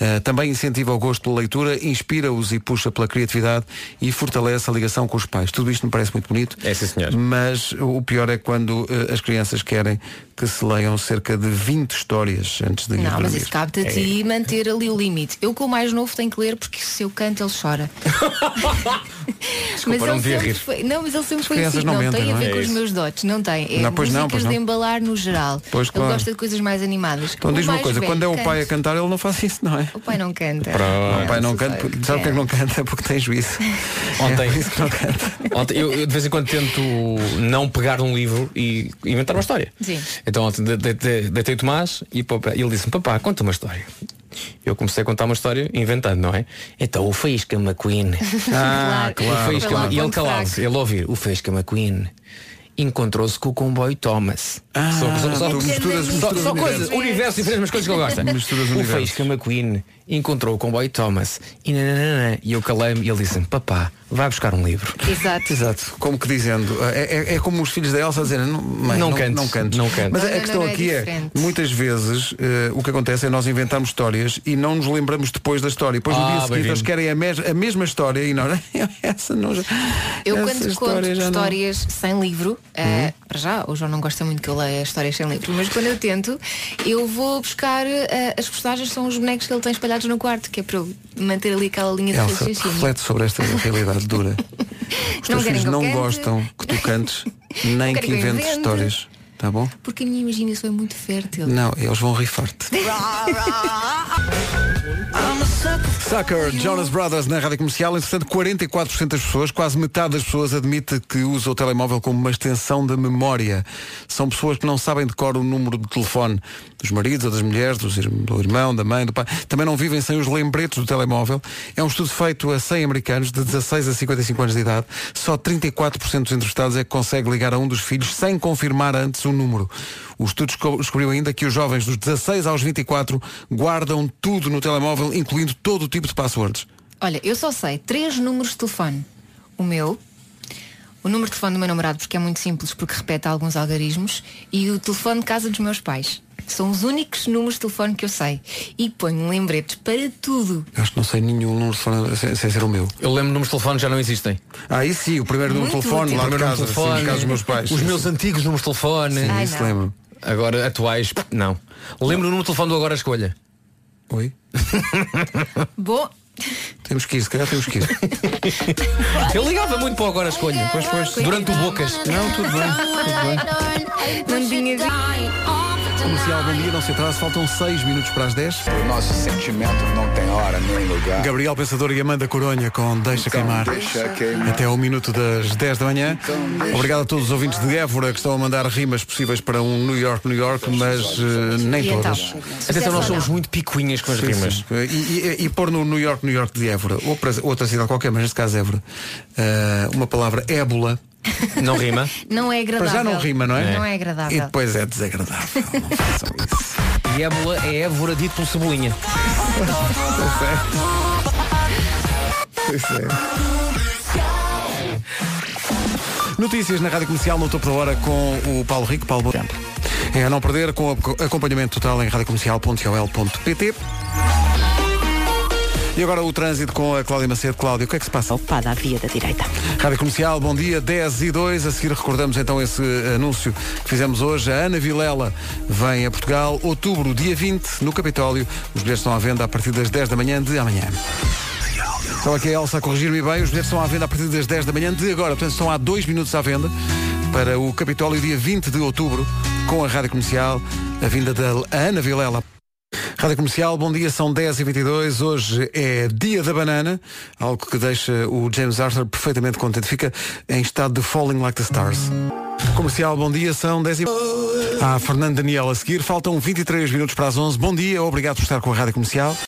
Speaker 2: Eh, também incentiva o gosto pela leitura, inspira-os e puxa pela criatividade e fortalece a ligação com os pais. Tudo isto me parece muito bonito.
Speaker 5: É, sim, senhor.
Speaker 2: Mas o pior é quando eh, as crianças querem que se leiam cerca de 20 histórias antes de ir
Speaker 4: Não,
Speaker 2: dormir.
Speaker 4: mas isso é cabe-te a ti manter ali o limite. Eu com o mais novo tenho que ler porque se eu canto ele chora.
Speaker 2: não devia
Speaker 4: sempre
Speaker 2: rir.
Speaker 4: foi, não, mas ele sempre foi
Speaker 2: crianças
Speaker 4: assim.
Speaker 2: não
Speaker 4: Não,
Speaker 2: mentem,
Speaker 4: tem a
Speaker 2: não é?
Speaker 4: ver com
Speaker 2: É
Speaker 4: os
Speaker 2: isso.
Speaker 4: meus dotes, não tem. É
Speaker 2: Não, pois não,
Speaker 4: músicas
Speaker 2: pois não.
Speaker 4: de embalar no geral.
Speaker 2: Pois, claro.
Speaker 4: Ele gosta de coisas mais animadas.
Speaker 2: Então
Speaker 4: O
Speaker 2: diz uma
Speaker 4: mais
Speaker 2: coisa,
Speaker 4: velho
Speaker 2: quando é o
Speaker 4: canta.
Speaker 2: pai a cantar, ele não faz isso, não é?
Speaker 4: O pai não canta.
Speaker 2: O pai não canta, porque- sabe porque é que não canta? Porque tem juízo.
Speaker 5: Ontem,
Speaker 2: É por isso que não canta.
Speaker 5: Ontem, eu, eu de vez em quando tento não pegar um livro e inventar uma história.
Speaker 4: Sim.
Speaker 5: Então ontem de- de- de- deitei o Tomás e pô, ele disse-me, papá, conta uma história. Eu comecei a contar uma história inventando, não é? Então o Faísca McQueen.
Speaker 6: Ah, Claro. claro,
Speaker 5: O Faísca-
Speaker 6: claro.
Speaker 5: E ele
Speaker 6: Ponto
Speaker 5: calava-se, ele ouvir, o Faísca McQueen. Encontrou-se com o comboio Thomas.
Speaker 2: Ah,
Speaker 5: só só, só,
Speaker 2: tu misturas-
Speaker 5: só-
Speaker 2: misturas
Speaker 5: só
Speaker 2: o
Speaker 5: coisas,
Speaker 2: universo.
Speaker 5: universo diferente, mas coisas que ele gosta.
Speaker 2: Misturas
Speaker 5: o
Speaker 2: universo.
Speaker 5: Faísca McQueen encontrou o comboio Thomas. E, nananana, e eu calei-me e ele disse-me, papá, vai buscar um livro.
Speaker 4: Exato.
Speaker 2: Exato. Como que dizendo, é, é- é como os filhos da Elsa dizerem, não, mãe,
Speaker 5: Não
Speaker 2: não,
Speaker 5: cantes,
Speaker 2: não cantes.
Speaker 5: não cantes.
Speaker 2: Mas
Speaker 5: Não,
Speaker 2: a
Speaker 5: não, não,
Speaker 2: questão
Speaker 5: não, é
Speaker 2: aqui é,
Speaker 5: diferente.
Speaker 2: muitas vezes eh, o que acontece é nós inventarmos histórias e não nos lembramos depois da história. Depois no
Speaker 5: Ah,
Speaker 2: dia seguinte
Speaker 5: bem-vindo.
Speaker 2: eles querem a, mes- a mesma história e nós, essa não já.
Speaker 4: Eu
Speaker 2: essa
Speaker 4: quando
Speaker 2: história
Speaker 4: conto
Speaker 2: já não- Hum?
Speaker 4: histórias sem livro, eh, para já, o João não gosta muito que eu leia histórias sem livro, mas quando eu tento, eu vou buscar eh, as personagens, são os bonecos que ele tem espalhados no quarto, que é para eu manter ali aquela linha de
Speaker 2: Elsa,
Speaker 4: raciocínio.
Speaker 2: reflete sobre esta realidade dura. Os teus
Speaker 4: querem
Speaker 2: filhos
Speaker 4: que eu
Speaker 2: não
Speaker 4: cante.
Speaker 2: gostam que tu cantes, nem
Speaker 4: querem
Speaker 2: que
Speaker 4: que eu
Speaker 2: inventes
Speaker 4: invente.
Speaker 2: histórias. Tá bom?
Speaker 4: Porque a minha imaginação é muito fértil.
Speaker 2: Não, eles vão rifar-te. Sucker, Jonas Brothers na rádio comercial. Entretanto, 44% das pessoas, quase metade das pessoas, admite que usa o telemóvel como uma extensão da memória. São pessoas que não sabem de cor o número de telefone dos maridos ou das mulheres, dos ir- do irmão, da mãe, do pai. Também não vivem sem os lembretes do telemóvel. É um estudo feito a 100 americanos de 16 a 55 anos de idade. Só 34% dos entrevistados é que consegue ligar a um dos filhos sem confirmar antes o número. O estudo desco- descobriu ainda que os jovens dos 16 aos 24 guardam tudo no telemóvel, incluindo todo o tipo de passwords.
Speaker 4: Olha, eu só sei três números de telefone. O meu, o número de telefone do meu namorado, porque é muito simples, porque repete alguns algarismos, e o telefone de casa dos meus pais. São os únicos números de telefone que eu sei. E ponho lembretes para tudo.
Speaker 2: Acho que não sei nenhum número de telefone sem, sem é ser o meu.
Speaker 5: Eu lembro números de telefone já não existem.
Speaker 2: Ah, e sim, o primeiro número de
Speaker 5: Muito
Speaker 2: telefone
Speaker 5: útil.
Speaker 2: lá de
Speaker 5: Primeiro
Speaker 2: casa,
Speaker 5: número de
Speaker 2: sim,
Speaker 5: telefone.
Speaker 2: de casa dos meus pais.
Speaker 5: Os meus antigos números de telefone.
Speaker 4: Sim, Ai, isso não. lembro.
Speaker 5: Agora, atuais, não. Lembro o número de telefone do Agora Escolha.
Speaker 2: Oi?
Speaker 4: Bom,
Speaker 2: Temos que ir, se calhar temos que ir.
Speaker 5: Eu ligava muito para o Agora Escolha. Pois, pois. Durante o Bocas.
Speaker 2: Não, tudo bem.
Speaker 4: Mandinha
Speaker 8: então.
Speaker 2: Comercial, bom dia, não se atrase, faltam 6 minutos para as 10.
Speaker 7: O nosso sentimento não tem hora nem lugar.
Speaker 2: Gabriel Pensador e Amanda Coronha com Deixa Queimar.
Speaker 7: Então, deixa queimar. Então,
Speaker 2: Até ao minuto das 10 da manhã. Obrigado a todos os ouvintes de Évora que estão a mandar rimas possíveis para um New York, New York, mas eh, nem
Speaker 5: E então?
Speaker 2: todas.
Speaker 5: Atenção, nós somos muito picuinhas com as
Speaker 2: Sim,
Speaker 7: então?
Speaker 5: rimas.
Speaker 2: sim. E, eh, e- e pôr no New York, New York de Évora, ou para outra cidade qualquer, mas neste caso Évora, eh, uma palavra ébola.
Speaker 5: Não rima?
Speaker 4: não é
Speaker 2: Para
Speaker 4: agradável.
Speaker 2: já não rima, não é?
Speaker 4: Não é
Speaker 2: E
Speaker 4: agradável.
Speaker 2: depois é desagradável.
Speaker 5: E ébola é Évora dito pelo Cebolinha.
Speaker 2: é. Pois é. Notícias na Rádio Comercial no topo da hora com o Paulo Rico, Paulo Bom tempo. É a não perder com ac- acompanhamento total em radiocomercial.ol.pt e agora o trânsito com a Cláudia Macedo. Cláudia, o que é que se passa?
Speaker 3: Ocupada a via da direita.
Speaker 2: Rádio Comercial, bom dia, 10 e 2. A seguir recordamos então esse anúncio que fizemos hoje. A Ana Vilela vem a Portugal, outubro, dia 20, no Capitólio. Os bilhetes estão à venda a partir das 10 da manhã de amanhã. Estava aqui é a Elsa a corrigir-me bem. Os bilhetes estão à venda a partir das 10 da manhã de agora. Portanto, estão há dois minutos à venda para o Capitólio, dia 20 de outubro, com a Rádio Comercial, a vinda da Ana Vilela. Rádio Comercial, bom dia, são 10h22, hoje é dia da banana, algo que deixa o James Arthur perfeitamente contente, fica em estado de falling like the stars. Comercial, bom dia, são 10 e... Há Fernando Daniel a seguir, faltam 23 minutos para as 11, bom dia, obrigado por estar com a Rádio Comercial.